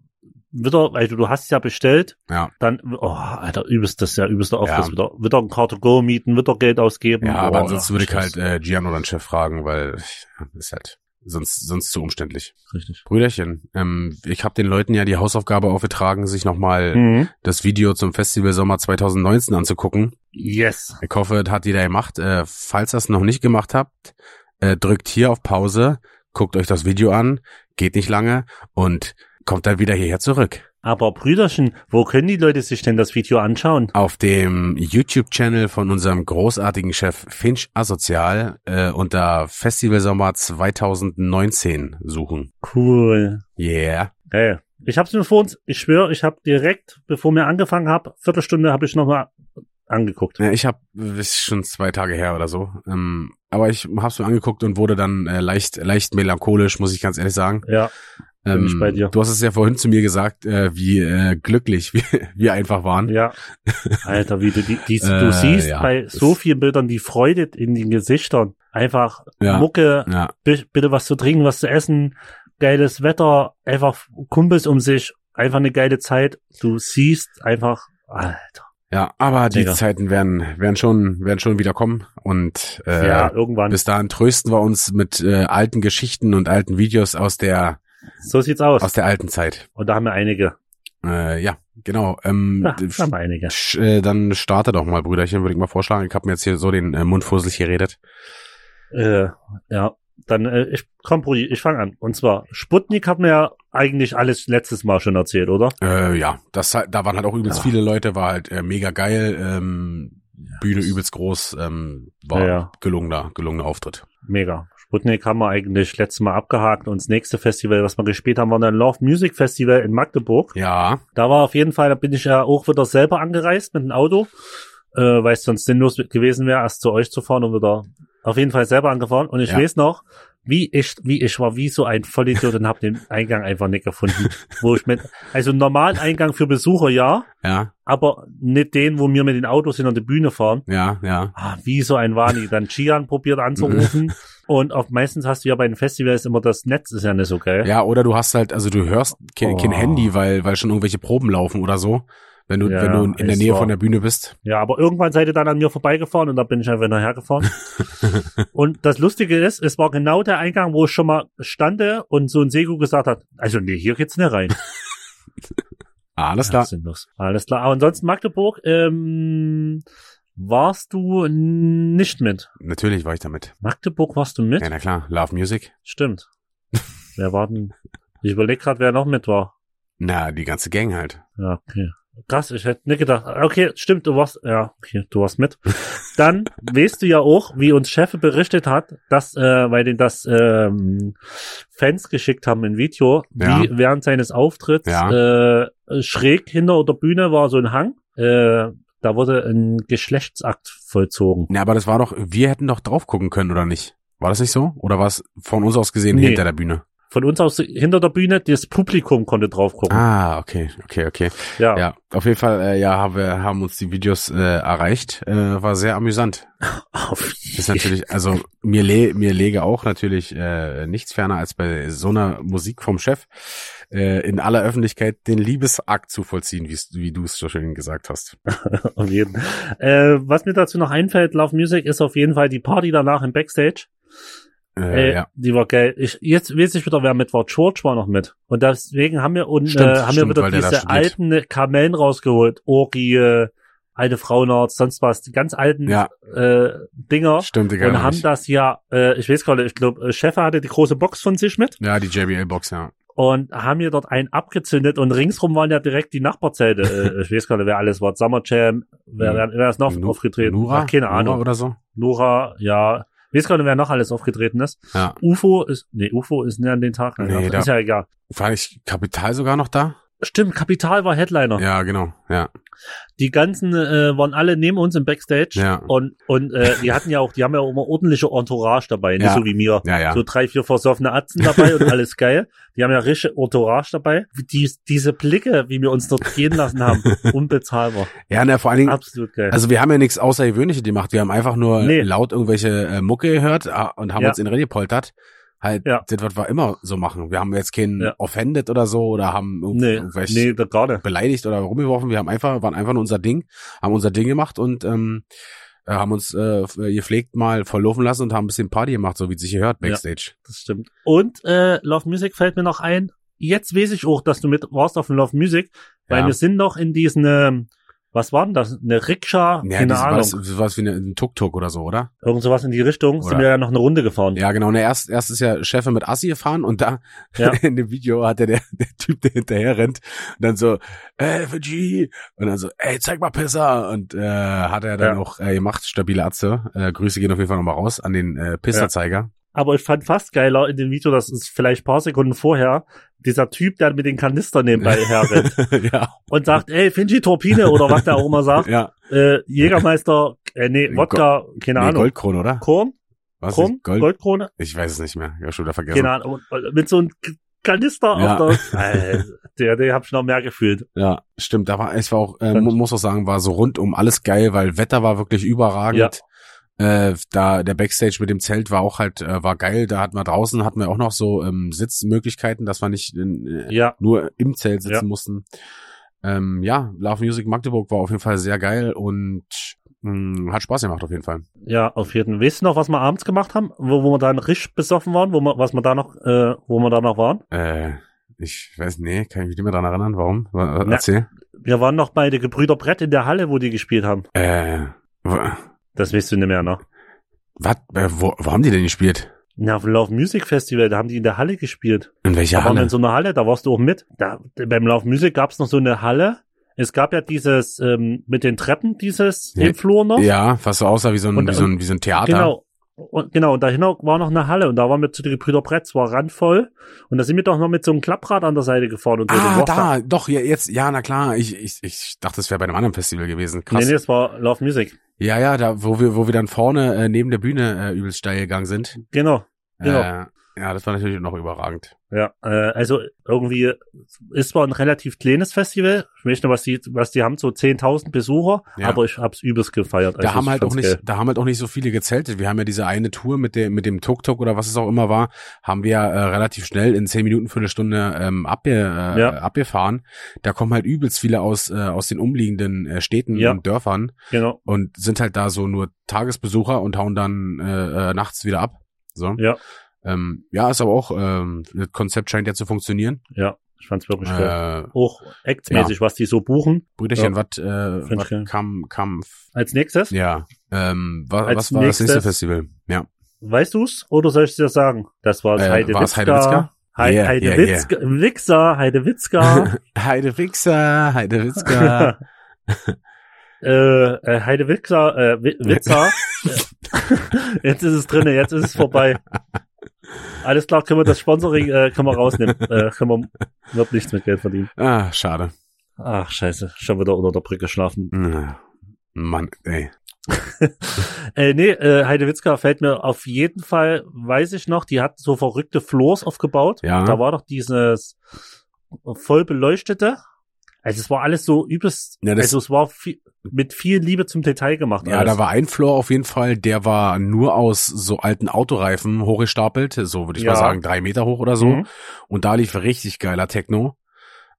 [SPEAKER 2] wieder, also du hast es ja bestellt,
[SPEAKER 1] Ja.
[SPEAKER 2] dann, oh, Alter, übelst das ist ja, übelster Aufriss,
[SPEAKER 1] Ja.
[SPEAKER 2] wieder, wieder ein Car to Go mieten, wieder Geld ausgeben.
[SPEAKER 1] Ja, aber
[SPEAKER 2] Oh,
[SPEAKER 1] ansonsten würde ich halt
[SPEAKER 2] tschüss.
[SPEAKER 1] äh, Gian oder den Chef fragen, weil ja, ist halt sonst sonst zu umständlich.
[SPEAKER 2] Richtig.
[SPEAKER 1] Brüderchen, ähm, ich habe den Leuten ja die Hausaufgabe aufgetragen, sich nochmal
[SPEAKER 2] Mhm.
[SPEAKER 1] das Video zum Festival Sommer 2019 anzugucken.
[SPEAKER 2] Yes.
[SPEAKER 1] Ich hoffe, das hat jeder gemacht. Äh, falls ihr es noch nicht gemacht habt, äh, drückt hier auf Pause, guckt euch das Video an, geht nicht lange und kommt dann wieder hierher zurück.
[SPEAKER 2] Aber Brüderchen, wo können die Leute sich denn das Video anschauen?
[SPEAKER 1] auf dem YouTube-Channel von unserem großartigen Chef Finch Asozial äh, unter Festival Sommer 2019 suchen.
[SPEAKER 2] Cool.
[SPEAKER 1] Yeah.
[SPEAKER 2] Hey, ich hab's mir vor uns, ich schwöre, ich habe direkt, bevor wir angefangen haben, Viertelstunde habe ich nochmal angeguckt.
[SPEAKER 1] Ja, Ich habe ist schon zwei Tage her oder so, ähm, aber ich hab's mir angeguckt und wurde dann äh, leicht leicht melancholisch, muss ich ganz ehrlich sagen.
[SPEAKER 2] Ja,
[SPEAKER 1] Ähm,
[SPEAKER 2] ich bei dir.
[SPEAKER 1] Du hast es ja vorhin zu mir gesagt, äh, wie äh, glücklich wir, wir einfach waren.
[SPEAKER 2] ja. Alter, wie du die, die
[SPEAKER 1] Äh,
[SPEAKER 2] du siehst
[SPEAKER 1] ja.
[SPEAKER 2] bei so vielen Bildern die Freude in den Gesichtern. Einfach
[SPEAKER 1] Ja.
[SPEAKER 2] Mucke,
[SPEAKER 1] Ja,
[SPEAKER 2] bi- bitte was zu trinken, was zu essen, geiles Wetter, einfach Kumpels um sich, einfach eine geile Zeit. Du siehst einfach, Alter.
[SPEAKER 1] ja, aber die
[SPEAKER 2] Digga.
[SPEAKER 1] Zeiten werden werden schon werden schon wieder kommen und äh,
[SPEAKER 2] ja, irgendwann.
[SPEAKER 1] Bis dahin trösten wir uns mit äh, alten Geschichten und alten Videos aus der
[SPEAKER 2] so sieht's aus.
[SPEAKER 1] aus der alten Zeit.
[SPEAKER 2] Und da haben wir einige.
[SPEAKER 1] Äh, ja, genau. Ähm,
[SPEAKER 2] Ja,
[SPEAKER 1] d-
[SPEAKER 2] da haben wir einige.
[SPEAKER 1] sch- äh, dann starte doch mal, Brüderchen, würde ich mal vorschlagen. Ich habe mir jetzt hier so den äh, Mund fusselig geredet.
[SPEAKER 2] Äh, ja, dann äh, ich komm, Brudi, ich fange an. Und zwar, Sputnik hat mir ja eigentlich alles letztes Mal schon erzählt, oder?
[SPEAKER 1] Äh, ja, das halt- da waren halt auch übelst
[SPEAKER 2] Ja.
[SPEAKER 1] viele Leute, war halt äh, mega geil. Ähm, Bühne übelst groß, ähm, war
[SPEAKER 2] Ja, ja.
[SPEAKER 1] gelungener, gelungener Auftritt.
[SPEAKER 2] Mega. Sputnik haben wir eigentlich letztes Mal abgehakt und das nächste Festival, was wir gespielt haben, war dann Love Music Festival in Magdeburg.
[SPEAKER 1] Ja,
[SPEAKER 2] Da war auf jeden Fall, da bin ich ja auch wieder selber angereist mit dem Auto, äh, weil es sonst sinnlos gewesen wäre, erst zu euch zu fahren und wieder auf jeden Fall selber angefahren. Und ich
[SPEAKER 1] Ja.
[SPEAKER 2] weiß noch, wie ich, wie ich war, wie so ein Vollidiot und habe den Eingang einfach nicht gefunden. Wo ich mit, also einen normalen Eingang für Besucher ja,
[SPEAKER 1] Ja,
[SPEAKER 2] aber nicht den, wo wir mit den Autos hinter die Bühne fahren.
[SPEAKER 1] ja, ja.
[SPEAKER 2] Ah, wie so ein Wani. Dann Gian probiert anzurufen und auf, meistens hast du ja bei den Festivals immer das Netz ist ja nicht so geil.
[SPEAKER 1] Ja, oder du hast halt, also du hörst kein, kein
[SPEAKER 2] Oh.
[SPEAKER 1] Handy, weil, weil schon irgendwelche Proben laufen oder so. Wenn du,
[SPEAKER 2] Ja,
[SPEAKER 1] wenn du in der
[SPEAKER 2] ist
[SPEAKER 1] Nähe
[SPEAKER 2] wahr.
[SPEAKER 1] von der Bühne bist.
[SPEAKER 2] Ja, aber irgendwann seid ihr dann an mir vorbeigefahren und da bin ich einfach nachhergefahren. und das Lustige ist, es war genau der Eingang, wo ich schon mal stande und so ein Segu gesagt hat, also nee, hier geht's nicht rein.
[SPEAKER 1] Alles
[SPEAKER 2] Ja,
[SPEAKER 1] klar.
[SPEAKER 2] sinnlos. Alles klar. Aber ansonsten Magdeburg, ähm, warst du n- nicht mit?
[SPEAKER 1] Natürlich war ich damit.
[SPEAKER 2] Magdeburg warst du mit?
[SPEAKER 1] Ja, na klar. Love Music.
[SPEAKER 2] Stimmt. wer war denn? Ich überlege gerade, wer noch mit war.
[SPEAKER 1] Na, die ganze Gang halt.
[SPEAKER 2] Ja, okay. Krass, ich hätte nicht gedacht. Okay, stimmt, du warst, ja, okay, du warst mit. Dann weißt du ja auch, wie uns Chefe berichtet hat, dass, äh, weil den das ähm, Fans geschickt haben in Video,
[SPEAKER 1] Ja.
[SPEAKER 2] wie während seines Auftritts äh, schräg hinter der Bühne war so ein Hang. Äh, da wurde ein Geschlechtsakt vollzogen.
[SPEAKER 1] Na, aber das war doch, wir hätten doch drauf gucken können, oder nicht? War das nicht so? Oder war es von uns aus gesehen
[SPEAKER 2] Nee.
[SPEAKER 1] hinter der Bühne?
[SPEAKER 2] Von uns aus hinter der Bühne, das Publikum konnte drauf gucken.
[SPEAKER 1] Ah, okay, okay, okay.
[SPEAKER 2] ja.
[SPEAKER 1] Ja, auf jeden Fall, äh, ja, haben wir haben uns die Videos äh, erreicht. Äh, war sehr amüsant.
[SPEAKER 2] Auf
[SPEAKER 1] Ist natürlich, also mir, le mir lege auch natürlich äh, nichts ferner als bei so einer Musik vom Chef äh, in aller Öffentlichkeit den Liebesakt zu vollziehen, wie's- wie du es so schön gesagt hast.
[SPEAKER 2] Auf jeden. Äh, was mir dazu noch einfällt, Love Music ist auf jeden Fall die Party danach im Backstage.
[SPEAKER 1] Äh,
[SPEAKER 2] äh,
[SPEAKER 1] ja.
[SPEAKER 2] Die war geil. Ich, jetzt weiß ich wieder, wer mit war. George war noch mit. Und deswegen haben wir, und,
[SPEAKER 1] Stimmt,
[SPEAKER 2] äh, haben
[SPEAKER 1] stimmt,
[SPEAKER 2] wir wieder
[SPEAKER 1] weil der da
[SPEAKER 2] diese
[SPEAKER 1] studiert.
[SPEAKER 2] alten Kamellen rausgeholt. Orgie, äh, alte Frauenarzt, sonst was. Die ganz alten
[SPEAKER 1] Ja,
[SPEAKER 2] äh, Dinger.
[SPEAKER 1] stimmt, egal.
[SPEAKER 2] Und haben das ja, äh, ich weiß gar nicht, ich glaube, Cheffe hatte die große Box von sich mit
[SPEAKER 1] ja, die JBL-Box, ja.
[SPEAKER 2] und haben hier dort einen abgezündet und ringsrum waren ja direkt die Nachbarzelte. äh, ich weiß gar nicht, wer alles war. Summer Jam, wer, wer, wer ist noch
[SPEAKER 1] Nu-
[SPEAKER 2] aufgetreten?
[SPEAKER 1] Nura?
[SPEAKER 2] Ach, keine
[SPEAKER 1] Nura
[SPEAKER 2] Ahnung.
[SPEAKER 1] oder so?
[SPEAKER 2] Nora, ja. Ich weiß gar nicht, wer noch alles aufgetreten ist.
[SPEAKER 1] Ja.
[SPEAKER 2] UFO ist, nee, UFO ist nicht an den Tag.
[SPEAKER 1] Nee, da-
[SPEAKER 2] ist ja egal.
[SPEAKER 1] War ich Kapital sogar noch da?
[SPEAKER 2] Stimmt, Kapital war Headliner.
[SPEAKER 1] Ja, genau. Ja,
[SPEAKER 2] Die ganzen äh, waren alle neben uns im Backstage.
[SPEAKER 1] Ja.
[SPEAKER 2] Und, und äh, die hatten ja auch, die haben ja auch immer ordentliche Entourage dabei, nicht
[SPEAKER 1] Ja.
[SPEAKER 2] so wie mir.
[SPEAKER 1] ja, ja.
[SPEAKER 2] So drei, vier versoffene Atzen dabei und alles geil. Die haben ja richtige Entourage dabei. Die, diese Blicke, wie wir uns dort gehen lassen haben, unbezahlbar.
[SPEAKER 1] Ja, na, vor allen Dingen,
[SPEAKER 2] Absolut geil.
[SPEAKER 1] also wir haben ja nichts Außergewöhnliches gemacht. Wir haben einfach nur
[SPEAKER 2] Nee.
[SPEAKER 1] laut irgendwelche äh, Mucke gehört ah, und haben
[SPEAKER 2] Ja.
[SPEAKER 1] uns in Rede gepoltert. Halt,
[SPEAKER 2] Ja.
[SPEAKER 1] das, was wir immer so machen. Wir haben jetzt keinen
[SPEAKER 2] Ja.
[SPEAKER 1] offended oder so oder haben irgend-
[SPEAKER 2] nee,
[SPEAKER 1] irgendwelche
[SPEAKER 2] nee, da gerade.
[SPEAKER 1] beleidigt oder rumgeworfen. Wir haben einfach, waren einfach nur unser Ding, haben unser Ding gemacht und ähm, äh, haben uns äh, gepflegt mal verlaufen lassen und haben ein bisschen Party gemacht, so wie es sich gehört
[SPEAKER 2] Ja.
[SPEAKER 1] Backstage.
[SPEAKER 2] Das stimmt. Und äh, Love Music fällt mir noch ein. Jetzt weiß ich auch, dass du mit warst auf dem Love Music, weil
[SPEAKER 1] Ja.
[SPEAKER 2] wir sind noch in diesen, ähm, was war denn das? Eine Rikscha?
[SPEAKER 1] Ja,
[SPEAKER 2] Keine
[SPEAKER 1] das war
[SPEAKER 2] Ahnung.
[SPEAKER 1] das- das war was wie eine- ein Tuk-Tuk oder so, oder?
[SPEAKER 2] Irgend sowas in die Richtung. Sind
[SPEAKER 1] Oder-
[SPEAKER 2] wir ja noch eine Runde gefahren.
[SPEAKER 1] Ja, genau. Und erst, erst ist ja Cheffe mit Assi gefahren und da
[SPEAKER 2] Ja.
[SPEAKER 1] in dem Video hat er der, der Typ, der hinterher rennt, und dann so, äh, für G. Und dann so, ey, zeig mal Pisser. Und äh, hat er dann
[SPEAKER 2] Ja.
[SPEAKER 1] auch äh, gemacht, stabile Atze. Äh, Grüße gehen auf jeden Fall nochmal raus an den äh, Pisserzeiger.
[SPEAKER 2] Aber ich fand fast geiler in dem Video, das ist vielleicht paar Sekunden vorher, dieser Typ, der mit den Kanistern nebenbei herrennt
[SPEAKER 1] ja,
[SPEAKER 2] und sagt, ey, Finchi Torpine oder was der auch immer sagt,
[SPEAKER 1] ja.
[SPEAKER 2] äh, Jägermeister, äh, nee,
[SPEAKER 1] Go-
[SPEAKER 2] Wodka, keine
[SPEAKER 1] Nee,
[SPEAKER 2] Ahnung.
[SPEAKER 1] Goldkron, oder?
[SPEAKER 2] Korn,
[SPEAKER 1] Was?
[SPEAKER 2] Korn,
[SPEAKER 1] Gold?
[SPEAKER 2] Goldkrone,
[SPEAKER 1] Ich weiß es nicht mehr. Ich hab schon wieder vergessen.
[SPEAKER 2] keine Ahnung, Und- und mit so einem K- Kanister
[SPEAKER 1] Ja.
[SPEAKER 2] auf der, Alter, der, der hab ich noch mehr gefühlt.
[SPEAKER 1] Ja, stimmt. Da war, ich war auch, äh,
[SPEAKER 2] Stimmt.
[SPEAKER 1] mu- muss auch sagen, war so rundum alles geil, weil Wetter war wirklich überragend. Äh, da der Backstage mit dem Zelt war auch halt, äh, war geil. Da hatten wir draußen, hatten wir auch noch so ähm, Sitzmöglichkeiten, dass wir nicht in, äh,
[SPEAKER 2] Ja,
[SPEAKER 1] nur im Zelt sitzen
[SPEAKER 2] Ja.
[SPEAKER 1] mussten. Ähm, ja, Love Music Magdeburg war auf jeden Fall sehr geil und mh, hat Spaß gemacht auf jeden Fall.
[SPEAKER 2] ja, auf jeden Fall. Weißt du noch, was wir abends gemacht haben, wo, wo wir dann richtig besoffen waren, wo wir, was wir da noch, äh, wo wir da noch waren?
[SPEAKER 1] Äh, ich weiß, nee, kann ich mich nicht mehr dran erinnern. Warum? Wa-
[SPEAKER 2] Na.
[SPEAKER 1] Erzähl.
[SPEAKER 2] Wir waren noch bei der Gebrüder Brett in der Halle, wo die gespielt haben.
[SPEAKER 1] Äh, wa-
[SPEAKER 2] Das weißt du nicht mehr, ne?
[SPEAKER 1] wat, äh, wo, wo haben die denn gespielt?
[SPEAKER 2] Na, auf dem Love Music Festival, da haben die in der Halle gespielt.
[SPEAKER 1] In welcher
[SPEAKER 2] Da waren wir in
[SPEAKER 1] Halle?
[SPEAKER 2] so einer Halle, da warst du auch mit. Da, beim Love Music gab's noch so eine Halle. Es gab ja dieses, ähm, mit den Treppen, dieses
[SPEAKER 1] Ja.
[SPEAKER 2] im Flur noch.
[SPEAKER 1] Ja, was so aussah wie so ein,
[SPEAKER 2] Und-
[SPEAKER 1] wie so ein, wie so ein Theater.
[SPEAKER 2] Genau. Und, genau, und dahinter war noch eine Halle und da waren wir zu den Gebrüder Brett, es war randvoll. Und da sind wir doch noch mit so einem Klapprad an der Seite gefahren und so. den
[SPEAKER 1] Ah,
[SPEAKER 2] Rock-
[SPEAKER 1] da, doch, ja, jetzt, ja, na klar, ich, ich, ich dachte, es wäre bei einem anderen Festival gewesen.
[SPEAKER 2] Nee,
[SPEAKER 1] Krass.
[SPEAKER 2] nee, das war Love Music.
[SPEAKER 1] Ja, ja, da, wo wir, wo wir dann vorne äh, neben der Bühne äh, übelst steil gegangen sind.
[SPEAKER 2] Genau. Genau.
[SPEAKER 1] Äh, Ja, das war natürlich noch überragend.
[SPEAKER 2] Ja, äh, also irgendwie ist zwar ein relativ kleines Festival, ich möchte was die, was die haben, so 10.000 Besucher,
[SPEAKER 1] Ja.
[SPEAKER 2] aber ich hab's übelst gefeiert.
[SPEAKER 1] Da
[SPEAKER 2] Also
[SPEAKER 1] haben
[SPEAKER 2] ich
[SPEAKER 1] halt auch
[SPEAKER 2] fand's
[SPEAKER 1] nicht,
[SPEAKER 2] geil.
[SPEAKER 1] da haben halt auch nicht so viele gezeltet. Wir haben ja diese eine Tour mit der, mit dem Tuk-Tuk oder was es auch immer war, haben wir ja, äh, relativ schnell in zehn Minuten, Viertelstunde ähm, abge, äh,
[SPEAKER 2] Ja.
[SPEAKER 1] abgefahren. Da kommen halt übelst viele aus, äh, aus den umliegenden äh, Städten
[SPEAKER 2] Ja.
[SPEAKER 1] und Dörfern
[SPEAKER 2] Genau.
[SPEAKER 1] und sind halt da so nur Tagesbesucher und hauen dann äh, äh, nachts wieder ab. So.
[SPEAKER 2] Ja.
[SPEAKER 1] Ähm, ja, ist aber auch, ähm, das Konzept scheint ja zu funktionieren.
[SPEAKER 2] Ja, ich fand's wirklich geil.
[SPEAKER 1] Äh,
[SPEAKER 2] Auch actsmäßig, was die so buchen.
[SPEAKER 1] Brüderchen,
[SPEAKER 2] Ja.
[SPEAKER 1] was äh,
[SPEAKER 2] Find's
[SPEAKER 1] wat
[SPEAKER 2] geil.
[SPEAKER 1] kam, kam,
[SPEAKER 2] Als nächstes,
[SPEAKER 1] ja, ähm, wa,
[SPEAKER 2] Als
[SPEAKER 1] was war das nächste
[SPEAKER 2] nächstes-
[SPEAKER 1] Festival? Ja.
[SPEAKER 2] weißt du's oder soll ich dir das sagen? Das war
[SPEAKER 1] Äh,
[SPEAKER 2] Heide
[SPEAKER 1] war's
[SPEAKER 2] Witzka.
[SPEAKER 1] Heidewitzka?
[SPEAKER 2] Hei-
[SPEAKER 1] Yeah,
[SPEAKER 2] Heide
[SPEAKER 1] yeah,
[SPEAKER 2] Witzka, Wichser, Heide Witzka.
[SPEAKER 1] Heide Wichser, Heide Witzka.
[SPEAKER 2] äh, äh, Heide Witzka, äh, Wi- Witzer. Äh, jetzt ist es drinne, jetzt ist es vorbei. Alles klar, können wir das Sponsoring, äh, können wir rausnehmen. Äh, können wir, wird nichts mit Geld verdienen.
[SPEAKER 1] ah, schade.
[SPEAKER 2] Ach, scheiße, schon wieder unter der Brücke schlafen.
[SPEAKER 1] Na, Hm. Mann, ey.
[SPEAKER 2] Äh, nee, äh, Heide Witzka fällt mir auf jeden Fall, weiß ich noch, die hatten so verrückte Floors aufgebaut.
[SPEAKER 1] Ja.
[SPEAKER 2] Da war doch dieses voll beleuchtete. Also es war alles so übelst,
[SPEAKER 1] Ja, das-
[SPEAKER 2] also es war viel, mit viel Liebe zum Detail gemacht.
[SPEAKER 1] Ja,
[SPEAKER 2] alles.
[SPEAKER 1] da war ein Floor auf jeden Fall, der war nur aus so alten Autoreifen hochgestapelt, so würde ich mal
[SPEAKER 2] Ja.
[SPEAKER 1] sagen, drei Meter hoch oder so.
[SPEAKER 2] Mhm.
[SPEAKER 1] Und da lief richtig geiler Techno.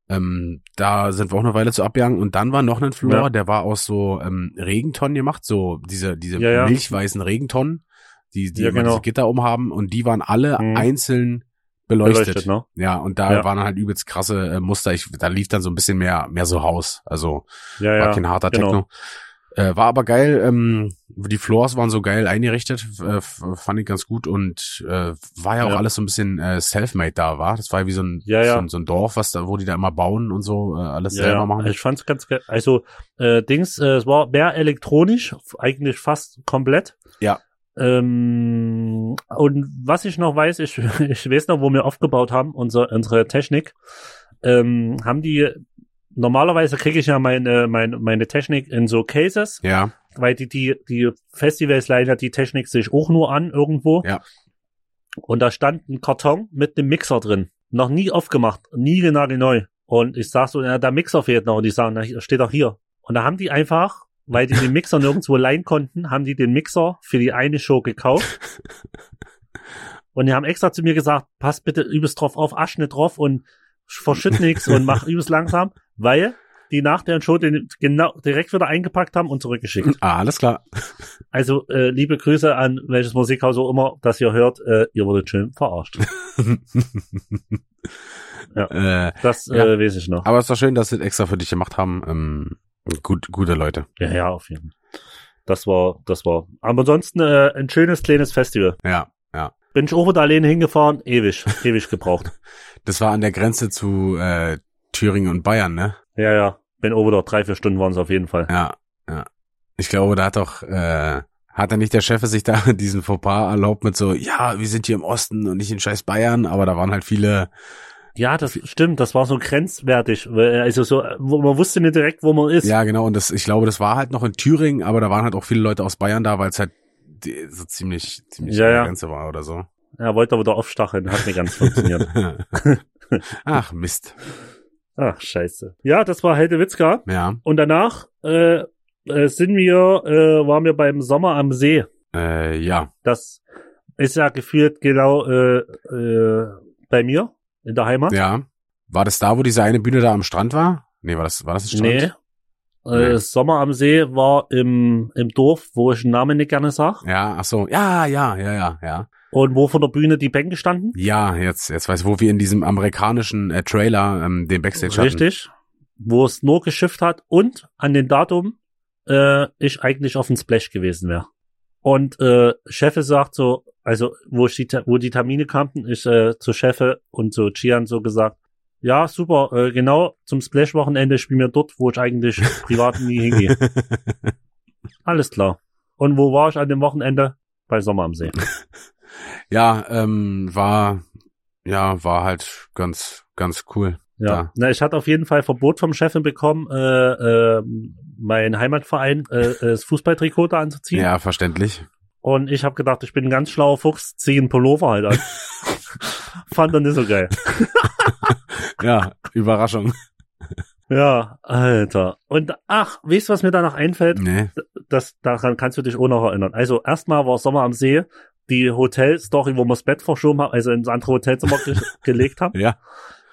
[SPEAKER 1] Ähm, da sind wir auch eine Weile zu abgegangen. Und dann war noch ein Floor,
[SPEAKER 2] Ja.
[SPEAKER 1] der war aus so ähm, Regentonnen gemacht, so diese, diese
[SPEAKER 2] Ja, ja.
[SPEAKER 1] milchweißen Regentonnen, die, die
[SPEAKER 2] Ja,
[SPEAKER 1] immer
[SPEAKER 2] genau.
[SPEAKER 1] diese Gitter oben haben. Und die waren alle
[SPEAKER 2] Mhm.
[SPEAKER 1] einzeln beleuchtet.
[SPEAKER 2] beleuchtet, ne?
[SPEAKER 1] Ja, und da
[SPEAKER 2] Ja.
[SPEAKER 1] waren halt übelst krasse äh, Muster. Ich, da lief dann so ein bisschen mehr, mehr so Haus. Also
[SPEAKER 2] Ja,
[SPEAKER 1] war
[SPEAKER 2] ja.
[SPEAKER 1] kein harter
[SPEAKER 2] genau.
[SPEAKER 1] Techno. Äh, war aber geil. Ähm, die Floors waren so geil eingerichtet. f- Äh, f- fand ich ganz gut. Und äh, war ja auch
[SPEAKER 2] Ja.
[SPEAKER 1] alles so ein bisschen äh, self-made da, war. Das war ja wie so ein,
[SPEAKER 2] Ja, ja.
[SPEAKER 1] So, ein- so ein Dorf, was da, wo die da immer bauen und so, äh, alles
[SPEAKER 2] Ja,
[SPEAKER 1] selber
[SPEAKER 2] ja.
[SPEAKER 1] machen.
[SPEAKER 2] Ich fand's ganz geil. Also äh, Dings, äh, es war mehr elektronisch, f- eigentlich fast komplett.
[SPEAKER 1] Ja.
[SPEAKER 2] Ähm, und was ich noch weiß, ich, ich weiß noch, wo wir aufgebaut haben, unsere, unsere Technik, ähm, haben die normalerweise kriege ich ja meine, meine, meine Technik in so Cases,
[SPEAKER 1] ja,
[SPEAKER 2] weil die, die, die Festivals leider die Technik sich auch nur an irgendwo.
[SPEAKER 1] Ja.
[SPEAKER 2] Und da stand ein Karton mit einem Mixer drin. Noch nie aufgemacht, nie nagelneu. Und ich sag so, ja, der Mixer fehlt noch. Und ich sage, na, steht doch hier. Und da haben die einfach, weil die den Mixer nirgendwo leihen konnten, haben die den Mixer für die eine Show gekauft. Und die haben extra zu mir gesagt, pass bitte übelst drauf auf, asch nicht drauf und verschütt nichts und mach übelst langsam, weil die nach der Show den genau direkt wieder eingepackt haben und zurückgeschickt.
[SPEAKER 1] ah, alles klar.
[SPEAKER 2] Also, äh, liebe Grüße an welches Musikhaus auch immer das ihr hört. Äh, ihr wurdet schön verarscht.
[SPEAKER 1] äh,
[SPEAKER 2] Das äh,
[SPEAKER 1] Ja.
[SPEAKER 2] weiß ich noch.
[SPEAKER 1] aber es war schön, dass sie das extra für dich gemacht haben. Ähm, gut, gute Leute.
[SPEAKER 2] Ja, ja, auf jeden Fall. Das war, das war. Aber ansonsten äh, ein schönes kleines Festival.
[SPEAKER 1] Ja, ja.
[SPEAKER 2] Bin ich auch wieder alleine hingefahren, ewig, ewig gebraucht.
[SPEAKER 1] Das war an der Grenze zu äh, Thüringen und Bayern, ne?
[SPEAKER 2] Ja, ja. Bin auch wieder drei, vier Stunden waren es auf jeden Fall.
[SPEAKER 1] Ja, ja. Ich glaube, da hat doch, äh, hat er nicht der Chef sich da diesen Fauxpas erlaubt mit so, ja, wir sind hier im Osten und nicht in scheiß Bayern, aber da waren halt viele,
[SPEAKER 2] Ja, das stimmt. Das war so grenzwertig. weil, äh, Also so, äh, wo, man wusste nicht direkt, wo man ist.
[SPEAKER 1] ja genau, und das, ich glaube, das war halt noch in Thüringen, aber da waren halt auch viele Leute aus Bayern da, weil es halt die, so ziemlich, ziemlich
[SPEAKER 2] Ja,
[SPEAKER 1] an der
[SPEAKER 2] ja.
[SPEAKER 1] Grenze war oder so.
[SPEAKER 2] Er wollte aber wieder aufstacheln, hat nicht ganz funktioniert.
[SPEAKER 1] Ach, Mist.
[SPEAKER 2] Ach, scheiße. Ja, das war Heide Witzka.
[SPEAKER 1] Ja.
[SPEAKER 2] Und danach äh, äh, sind wir, äh, waren wir beim Sommer am See.
[SPEAKER 1] Äh, ja.
[SPEAKER 2] Das ist ja gefühlt genau äh, äh, bei mir in der Heimat.
[SPEAKER 1] Ja. War das da, wo diese eine Bühne da am Strand war? Nee, war das, war das ein
[SPEAKER 2] nee.
[SPEAKER 1] Strand?
[SPEAKER 2] Äh,
[SPEAKER 1] Nee.
[SPEAKER 2] Sommer am See war im, im Dorf, wo ich den Namen nicht gerne sag.
[SPEAKER 1] Ja, ach so. Ja, ja, ja, ja, ja.
[SPEAKER 2] Und wo von der Bühne die Bänke standen.
[SPEAKER 1] Ja, jetzt, jetzt weiß ich, wo wir in diesem amerikanischen äh, Trailer ähm, den Backstage hatten.
[SPEAKER 2] Richtig. Wo es nur geschifft hat und an den Datum äh, ich eigentlich auf dem Splash gewesen wäre. Und äh, Chefe sagt so, also wo, ich die, Ter- wo die Termine kamen, ich äh, zu Chefe und zu Chian so gesagt, ja, super, äh, genau zum Splash-Wochenende spielen wir dort, wo ich eigentlich privat nie hingehe. Alles klar. Und wo war ich an dem Wochenende? Bei Sommer am See.
[SPEAKER 1] Ja, ähm, war, ja, war halt ganz, ganz cool.
[SPEAKER 2] Ja.
[SPEAKER 1] Da.
[SPEAKER 2] Na, ich hatte auf jeden Fall Verbot vom Chefin bekommen, ähm, äh, äh, mein Heimatverein äh, äh, das Fußballtrikot da anzuziehen.
[SPEAKER 1] Ja, verständlich.
[SPEAKER 2] Und ich habe gedacht, ich bin ein ganz schlauer Fuchs, zieh einen Pullover halt an. Fand dann nicht so geil.
[SPEAKER 1] Ja, Überraschung.
[SPEAKER 2] Ja, Alter. Und ach, weißt du, was mir danach einfällt?
[SPEAKER 1] Nee.
[SPEAKER 2] Das, daran kannst du dich auch noch erinnern. Also erstmal war Sommer am See, die Hotelstory, wo wir das Bett verschoben haben, also ins andere Hotelzimmer ge gelegt haben.
[SPEAKER 1] Ja.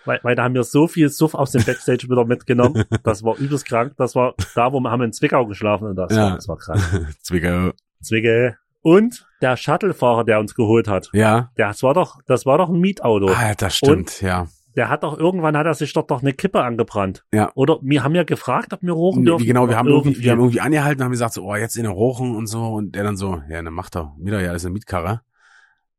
[SPEAKER 2] Weil, weil da haben wir so viel Suff aus dem Backstage wieder mitgenommen. Das war übelst krank. Das war da, wo wir haben in Zwickau geschlafen und das,
[SPEAKER 1] Ja.
[SPEAKER 2] war, das war krank.
[SPEAKER 1] Zwickau.
[SPEAKER 2] Zwickel. Und der Shuttlefahrer, der uns geholt hat,
[SPEAKER 1] Ja.
[SPEAKER 2] der, das war doch, das war doch ein Mietauto.
[SPEAKER 1] Alter, stimmt, ja.
[SPEAKER 2] Der hat doch irgendwann hat er sich doch doch eine Kippe angebrannt.
[SPEAKER 1] Ja.
[SPEAKER 2] Oder wir haben ja gefragt, ob wir rochen
[SPEAKER 1] Nee,
[SPEAKER 2] dürfen.
[SPEAKER 1] Wie genau, wir haben, irgendwie,
[SPEAKER 2] irgendwie.
[SPEAKER 1] wir haben irgendwie angehalten, haben gesagt, so, oh, jetzt in der Rochen und so. Und der dann so, ja, ne, macht doch, mir doch ja, das ist eine Mietkarre.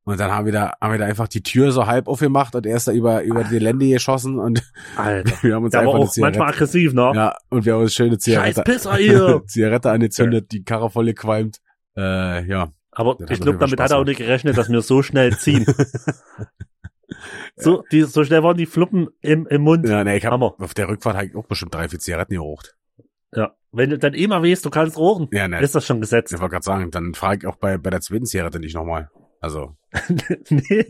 [SPEAKER 1] Und dann haben wir da, haben wir da einfach die Tür so halb aufgemacht und er ist da über, über die Lände geschossen und
[SPEAKER 2] Alter,
[SPEAKER 1] wir haben uns
[SPEAKER 2] der
[SPEAKER 1] einfach eine
[SPEAKER 2] war auch manchmal
[SPEAKER 1] Zigarette,
[SPEAKER 2] aggressiv, ne?
[SPEAKER 1] ja, und wir haben uns schöne
[SPEAKER 2] Scheiß
[SPEAKER 1] Zigarette,
[SPEAKER 2] Pisser ihr!
[SPEAKER 1] Zigarette angezündet, die Karre voll gequalmt. Äh, ja,
[SPEAKER 2] Aber
[SPEAKER 1] Das hat auf
[SPEAKER 2] ich
[SPEAKER 1] jeden
[SPEAKER 2] glaube,
[SPEAKER 1] Fall
[SPEAKER 2] damit
[SPEAKER 1] Spaß
[SPEAKER 2] hat er auch nicht gerechnet, dass wir so schnell ziehen. so, die, so schnell waren die Fluppen im, im Mund. Ja.
[SPEAKER 1] ja nee, ich hab,
[SPEAKER 2] Hammer.
[SPEAKER 1] auf der Rückfahrt habe ich auch bestimmt drei, vier Zigaretten gerucht.
[SPEAKER 2] Wenn du dann immer weißt, du kannst rochen,
[SPEAKER 1] Ja, ne,
[SPEAKER 2] ist das schon gesetzt.
[SPEAKER 1] ich wollte gerade sagen, dann frage ich auch bei, bei der zweiten Zigarette nicht nochmal. Also,
[SPEAKER 2] nee.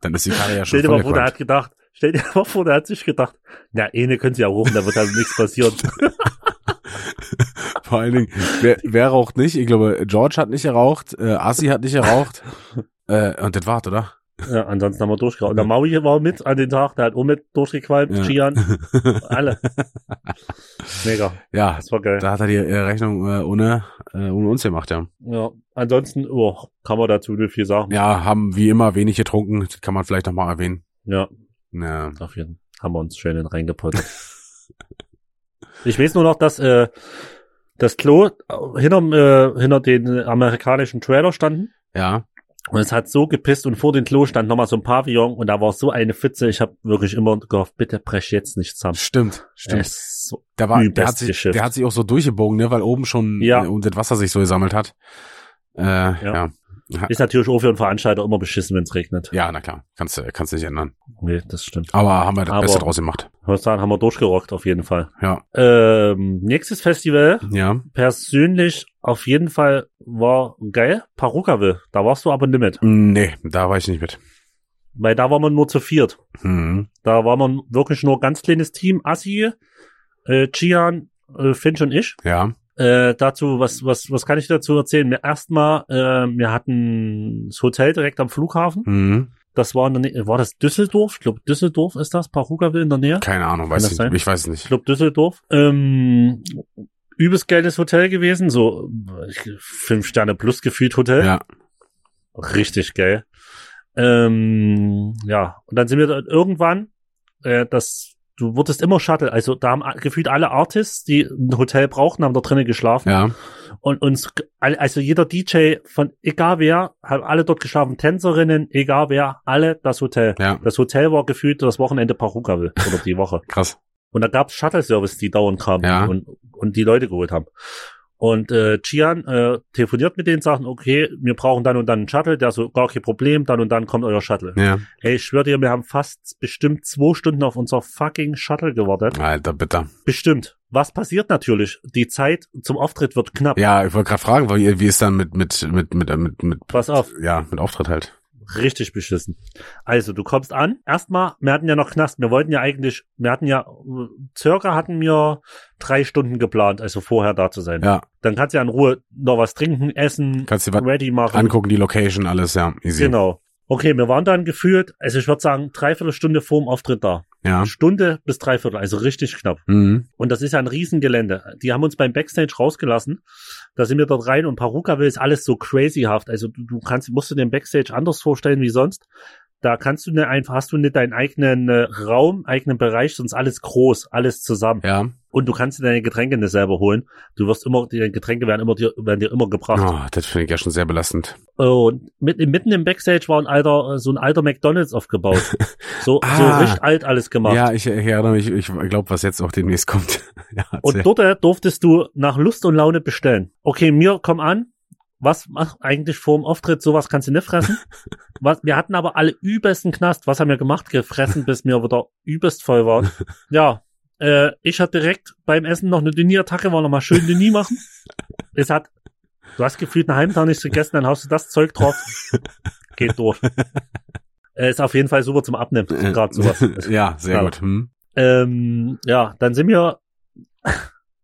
[SPEAKER 1] dann ist die Karre ja schon
[SPEAKER 2] Stell dir mal
[SPEAKER 1] voll
[SPEAKER 2] vor, der hat gedacht, stell dir mal vor, der hat sich gedacht, na, eine können sie ja rochen, da wird halt nichts passieren.
[SPEAKER 1] Vor allen Dingen, wer, wer raucht nicht? Ich glaube, George hat nicht geraucht, äh, Assi hat nicht geraucht. äh, und das war's, oder?
[SPEAKER 2] ja, ansonsten haben wir durchgeraucht. Und Der Maui war mit an den Tag, der hat auch mit durchgequalmt,
[SPEAKER 1] Ja.
[SPEAKER 2] Gian, alle. Mega,
[SPEAKER 1] ja,
[SPEAKER 2] das war geil.
[SPEAKER 1] da hat er die äh, Rechnung äh, ohne, äh, ohne uns gemacht, ja.
[SPEAKER 2] Ja, ansonsten, oh, kann man dazu nicht viel sagen.
[SPEAKER 1] Ja, haben wie immer wenig getrunken, das kann man vielleicht nochmal erwähnen.
[SPEAKER 2] ja.
[SPEAKER 1] Ja.
[SPEAKER 2] Auf jeden Fall. Haben wir uns schön in reingeputzt. ich weiß nur noch, dass äh, das Klo hinterm, äh, hinter den amerikanischen Trailer standen.
[SPEAKER 1] ja.
[SPEAKER 2] Und es hat so gepisst und vor dem Klo stand nochmal so ein Pavillon und da war so eine Pfütze. Ich habe wirklich immer gehofft, bitte brech jetzt nicht zusammen.
[SPEAKER 1] Stimmt, stimmt.
[SPEAKER 2] Es, so,
[SPEAKER 1] Der, war, der,
[SPEAKER 2] übelst
[SPEAKER 1] hat sich,
[SPEAKER 2] geschifft.
[SPEAKER 1] der hat sich auch so durchgebogen, ne, weil oben schon
[SPEAKER 2] Ja.
[SPEAKER 1] äh, und das Wasser sich so gesammelt hat. Äh, ja.
[SPEAKER 2] Ja.
[SPEAKER 1] ja.
[SPEAKER 2] ist natürlich auch für einen Veranstalter immer beschissen, wenn es regnet.
[SPEAKER 1] Ja, na klar, kannst du kannst nicht ändern.
[SPEAKER 2] Nee, das stimmt.
[SPEAKER 1] Aber haben wir das
[SPEAKER 2] Aber-
[SPEAKER 1] Beste draus gemacht.
[SPEAKER 2] Hörstein haben wir durchgerockt auf jeden Fall.
[SPEAKER 1] Ja.
[SPEAKER 2] Ähm, nächstes Festival
[SPEAKER 1] Ja.
[SPEAKER 2] persönlich auf jeden Fall war geil. Parukaville, da warst du aber nicht mit.
[SPEAKER 1] Nee, da war ich nicht mit.
[SPEAKER 2] Weil da war man nur zu viert.
[SPEAKER 1] Hm.
[SPEAKER 2] Da war man wirklich nur ein ganz kleines Team. Assi, äh, Gian, äh, Finch und ich.
[SPEAKER 1] Ja.
[SPEAKER 2] Äh, dazu, was, was, was kann ich dazu erzählen? Mir erstmal, äh, wir hatten das Hotel direkt am Flughafen.
[SPEAKER 1] Hm.
[SPEAKER 2] Das war in der Nähe, war das Düsseldorf? Ich glaube, Düsseldorf ist das, Parukaville in der Nähe.
[SPEAKER 1] Keine Ahnung,
[SPEAKER 2] das
[SPEAKER 1] weiß ich,
[SPEAKER 2] sein?
[SPEAKER 1] ich weiß
[SPEAKER 2] Ich
[SPEAKER 1] nicht.
[SPEAKER 2] glaube, Düsseldorf. Ähm, übelst geiles Hotel gewesen, so äh, fünf Sterne plus gefühlt Hotel.
[SPEAKER 1] Ja,
[SPEAKER 2] Richtig geil. Ähm, ja, und dann sind wir dort irgendwann, äh, das, du wurdest immer Shuttle, also da haben a- gefühlt alle Artists, die ein Hotel brauchten, haben da drinnen geschlafen.
[SPEAKER 1] ja,
[SPEAKER 2] Und uns, ge- alle- also jeder DJ von egal wer, haben alle dort geschlafen, Tänzerinnen, egal wer, alle das Hotel.
[SPEAKER 1] ja,
[SPEAKER 2] Das Hotel war gefühlt das Wochenende Parukaville oder die Woche.
[SPEAKER 1] krass.
[SPEAKER 2] Und da gab's Shuttle-Service, die dauernd kamen
[SPEAKER 1] Ja.
[SPEAKER 2] und, und die Leute geholt haben. Und äh, Gian äh, telefoniert mit denen, sagt, okay, wir brauchen dann und dann einen Shuttle, der so, gar kein Problem, dann und dann kommt euer Shuttle.
[SPEAKER 1] Ja.
[SPEAKER 2] Ey, ich schwör dir, wir haben fast bestimmt zwei Stunden auf unser fucking Shuttle gewartet.
[SPEAKER 1] Alter, bitter.
[SPEAKER 2] Bestimmt. Was passiert natürlich? Die Zeit zum Auftritt wird knapp.
[SPEAKER 1] Ja, ich wollte gerade fragen, weil, wie ist dann mit, mit, mit, mit, äh, mit, mit,
[SPEAKER 2] Pass auf,
[SPEAKER 1] ja, mit Auftritt halt.
[SPEAKER 2] richtig beschissen. Also, du kommst an. Erstmal, wir hatten ja noch Knast. Wir wollten ja eigentlich, wir hatten ja, äh, circa hatten wir drei Stunden geplant, also vorher da zu sein.
[SPEAKER 1] Ja,
[SPEAKER 2] dann kannst du ja in Ruhe noch was trinken, essen,
[SPEAKER 1] kannst dir was
[SPEAKER 2] ready machen.
[SPEAKER 1] angucken, die Location, alles, ja, easy.
[SPEAKER 2] Genau. Okay, wir waren dann gefühlt, also ich würde sagen, dreiviertel Stunde vor dem Auftritt da.
[SPEAKER 1] Ja.
[SPEAKER 2] Stunde bis dreiviertel, also richtig knapp.
[SPEAKER 1] Mhm.
[SPEAKER 2] Und das ist ja ein Riesengelände. Die haben uns beim Backstage rausgelassen. Da sind wir dort rein und Paruka will ist alles so crazyhaft. Also du, du kannst, musst du den Backstage anders vorstellen wie sonst. Da kannst du nicht einfach, hast du nicht deinen eigenen äh, Raum, eigenen Bereich, sonst alles groß, alles zusammen.
[SPEAKER 1] Ja.
[SPEAKER 2] Und du kannst dir deine Getränke nicht selber holen. Du wirst immer, die Getränke werden immer dir, werden dir immer gebracht.
[SPEAKER 1] Oh, das finde ich ja schon sehr belastend.
[SPEAKER 2] Und Oh, mit, mitten im Backstage war ein alter, äh, so ein alter McDonalds aufgebaut. So,
[SPEAKER 1] Ah.
[SPEAKER 2] so richtig alt alles gemacht.
[SPEAKER 1] Ja, ich, ich erinnere mich, ich glaube, was jetzt auch demnächst kommt. ja,
[SPEAKER 2] und
[SPEAKER 1] sehr-
[SPEAKER 2] dort äh, durftest du nach Lust und Laune bestellen. Okay, mir komm an. Was mach eigentlich vor dem Auftritt? Sowas kannst du nicht fressen. Was, wir hatten aber alle übelsten Knast. Was haben wir gemacht? Gefressen, bis wir wieder übelst voll waren. Ja, äh, ich hatte direkt beim Essen noch eine Dönier-Attacke, war nochmal schön Dönie machen. Es hat Du hast gefühlt einen halben Tag nichts gegessen, dann haust du das Zeug drauf. Geht durch. Äh, Ist auf jeden Fall super zum Abnehmen, gerade sowas. Ist
[SPEAKER 1] ja, sehr
[SPEAKER 2] klar.
[SPEAKER 1] gut. Hm.
[SPEAKER 2] Ähm, ja, dann sind wir.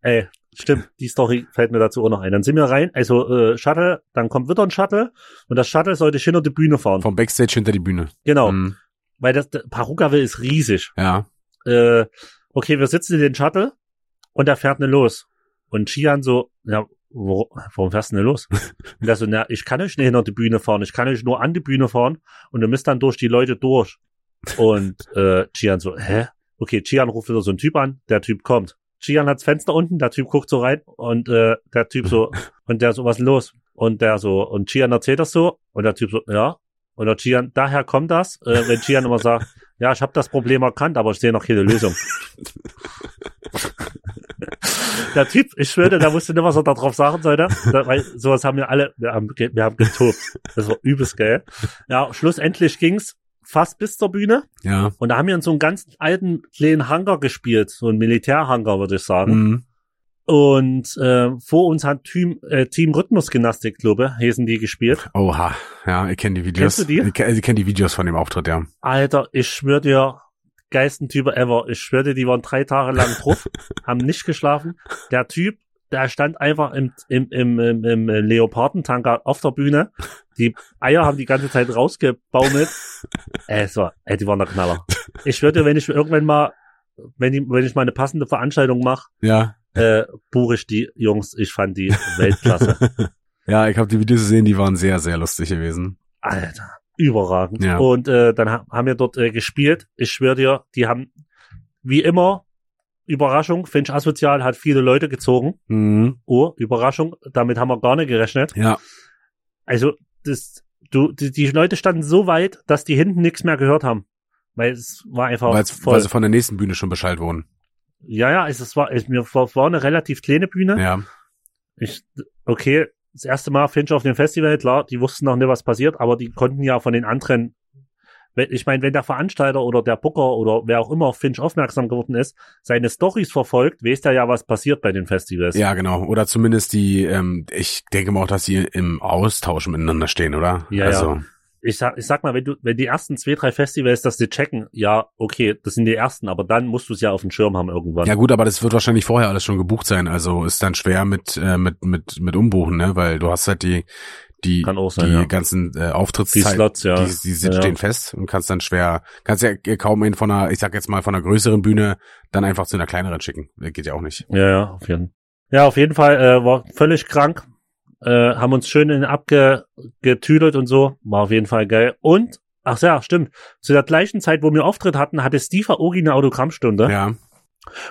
[SPEAKER 2] Ey, stimmt, die Story fällt mir dazu auch noch ein. Dann sind wir rein, also äh, Shuttle, dann kommt wieder ein Shuttle und das Shuttle sollte hinter die Bühne fahren.
[SPEAKER 1] Vom Backstage hinter die Bühne.
[SPEAKER 2] genau,
[SPEAKER 1] Hm.
[SPEAKER 2] weil das der Parukaville ist riesig.
[SPEAKER 1] Ja.
[SPEAKER 2] Äh, okay, wir sitzen in den Shuttle und da fährt ne los. Und Chian so, ja, wo, warum fährst du denn los? Und der so, na, ich kann euch nicht hinter die Bühne fahren, ich kann euch nur an die Bühne fahren und ihr müsst dann durch die Leute durch. Und äh, Chian so, hä? Okay, Chian ruft wieder so einen Typ an, der Typ kommt. Chian hat das Fenster unten, der Typ guckt so rein und äh, der Typ so, und der so, was ist denn los? Und der so, und Chian erzählt das so und der Typ so, ja. Und der Chian, daher kommt das, äh, wenn Chian immer sagt, ja, ich habe das Problem erkannt, aber ich sehe noch keine Lösung. Der Typ, ich schwöre, der wusste nicht, was er da drauf sagen sollte. Da, weil sowas haben wir alle, wir haben, ge- wir haben getobt. Das war übelst geil. Ja, schlussendlich ging's fast bis zur Bühne.
[SPEAKER 1] Ja.
[SPEAKER 2] Und da haben wir in so einen ganz alten kleinen Hangar gespielt. So einen Militärhangar, würde ich sagen.
[SPEAKER 1] Hm.
[SPEAKER 2] Und äh, vor uns hat Team, äh, Team Rhythmusgymnastikgruppe, hießen die, gespielt.
[SPEAKER 1] Oha. Ja, ich kenne die Videos.
[SPEAKER 2] Kennst du die?
[SPEAKER 1] Ich, ke- ich kenne die Videos von dem Auftritt, ja.
[SPEAKER 2] Alter, ich schwör dir, Geistentyper ever. Ich schwör dir, die waren drei Tage lang drauf, haben nicht geschlafen. Der Typ, der stand einfach im, im, im, im, im Leopardentanker auf der Bühne. Die Eier haben die ganze Zeit rausgebaumelt. Äh, es war, ey, die waren der Knaller. Ich schwör dir, wenn ich irgendwann mal, wenn, die, wenn ich mal eine passende Veranstaltung mache,
[SPEAKER 1] Ja.
[SPEAKER 2] äh, buche ich die Jungs. Ich fand die Weltklasse.
[SPEAKER 1] Ja, ich habe die Videos gesehen, die waren sehr, sehr lustig gewesen.
[SPEAKER 2] Alter, überragend.
[SPEAKER 1] Ja.
[SPEAKER 2] Und äh, dann ha haben wir dort äh, gespielt. Ich schwöre dir, die haben wie immer Überraschung. Finch Asozial hat viele Leute gezogen.
[SPEAKER 1] Mhm.
[SPEAKER 2] Oh, Überraschung. Damit haben wir gar nicht gerechnet.
[SPEAKER 1] Ja.
[SPEAKER 2] Also das, du, die, die Leute standen so weit, dass die hinten nichts mehr gehört haben. Weil es war einfach
[SPEAKER 1] Weil's,
[SPEAKER 2] Oh, voll.
[SPEAKER 1] weil sie von der nächsten Bühne schon Bescheid wurden.
[SPEAKER 2] ja, ja, es, es war, es mir war, war eine relativ kleine Bühne.
[SPEAKER 1] Ja.
[SPEAKER 2] Ich, okay, das erste Mal Finch auf dem Festival, klar, die wussten noch nicht, was passiert, aber die konnten ja von den anderen, wenn- ich meine, wenn der Veranstalter oder der Booker oder wer auch immer auf Finch aufmerksam geworden ist, seine Stories verfolgt, weiß der ja, was passiert bei den Festivals.
[SPEAKER 1] Ja, genau. Oder zumindest die, ähm, ich denke mal auch, dass sie im Austausch miteinander stehen, oder?
[SPEAKER 2] Ja,
[SPEAKER 1] also,
[SPEAKER 2] Ich, sag, ich sag mal, wenn du, wenn die ersten zwei, drei Festivals das nicht checken, ja, okay, das sind die ersten, aber dann musst du es ja auf dem Schirm haben irgendwann.
[SPEAKER 1] Ja gut, aber das wird wahrscheinlich vorher alles schon gebucht sein, also ist dann schwer mit äh, mit mit mit umbuchen, ne, weil du hast halt die die
[SPEAKER 2] Kann auch sein,
[SPEAKER 1] die
[SPEAKER 2] ja.
[SPEAKER 1] ganzen äh,
[SPEAKER 2] die
[SPEAKER 1] Auftrittszeiten,
[SPEAKER 2] Slots, ja.
[SPEAKER 1] die, die sind,
[SPEAKER 2] Ja.
[SPEAKER 1] stehen fest und kannst dann schwer kannst ja kaum einen von einer, ich sag jetzt mal von einer größeren Bühne dann einfach zu einer kleineren schicken. Äh, Geht ja auch nicht.
[SPEAKER 2] Ja, ja, auf jeden Fall. Ja, auf jeden Fall äh, war völlig krank. Äh, haben uns schön in abgetüdelt und so. War auf jeden Fall geil. Und, ach ja, stimmt. Zu der gleichen Zeit, wo wir Auftritt hatten, hatte Steve Aoki eine Autogrammstunde.
[SPEAKER 1] Ja,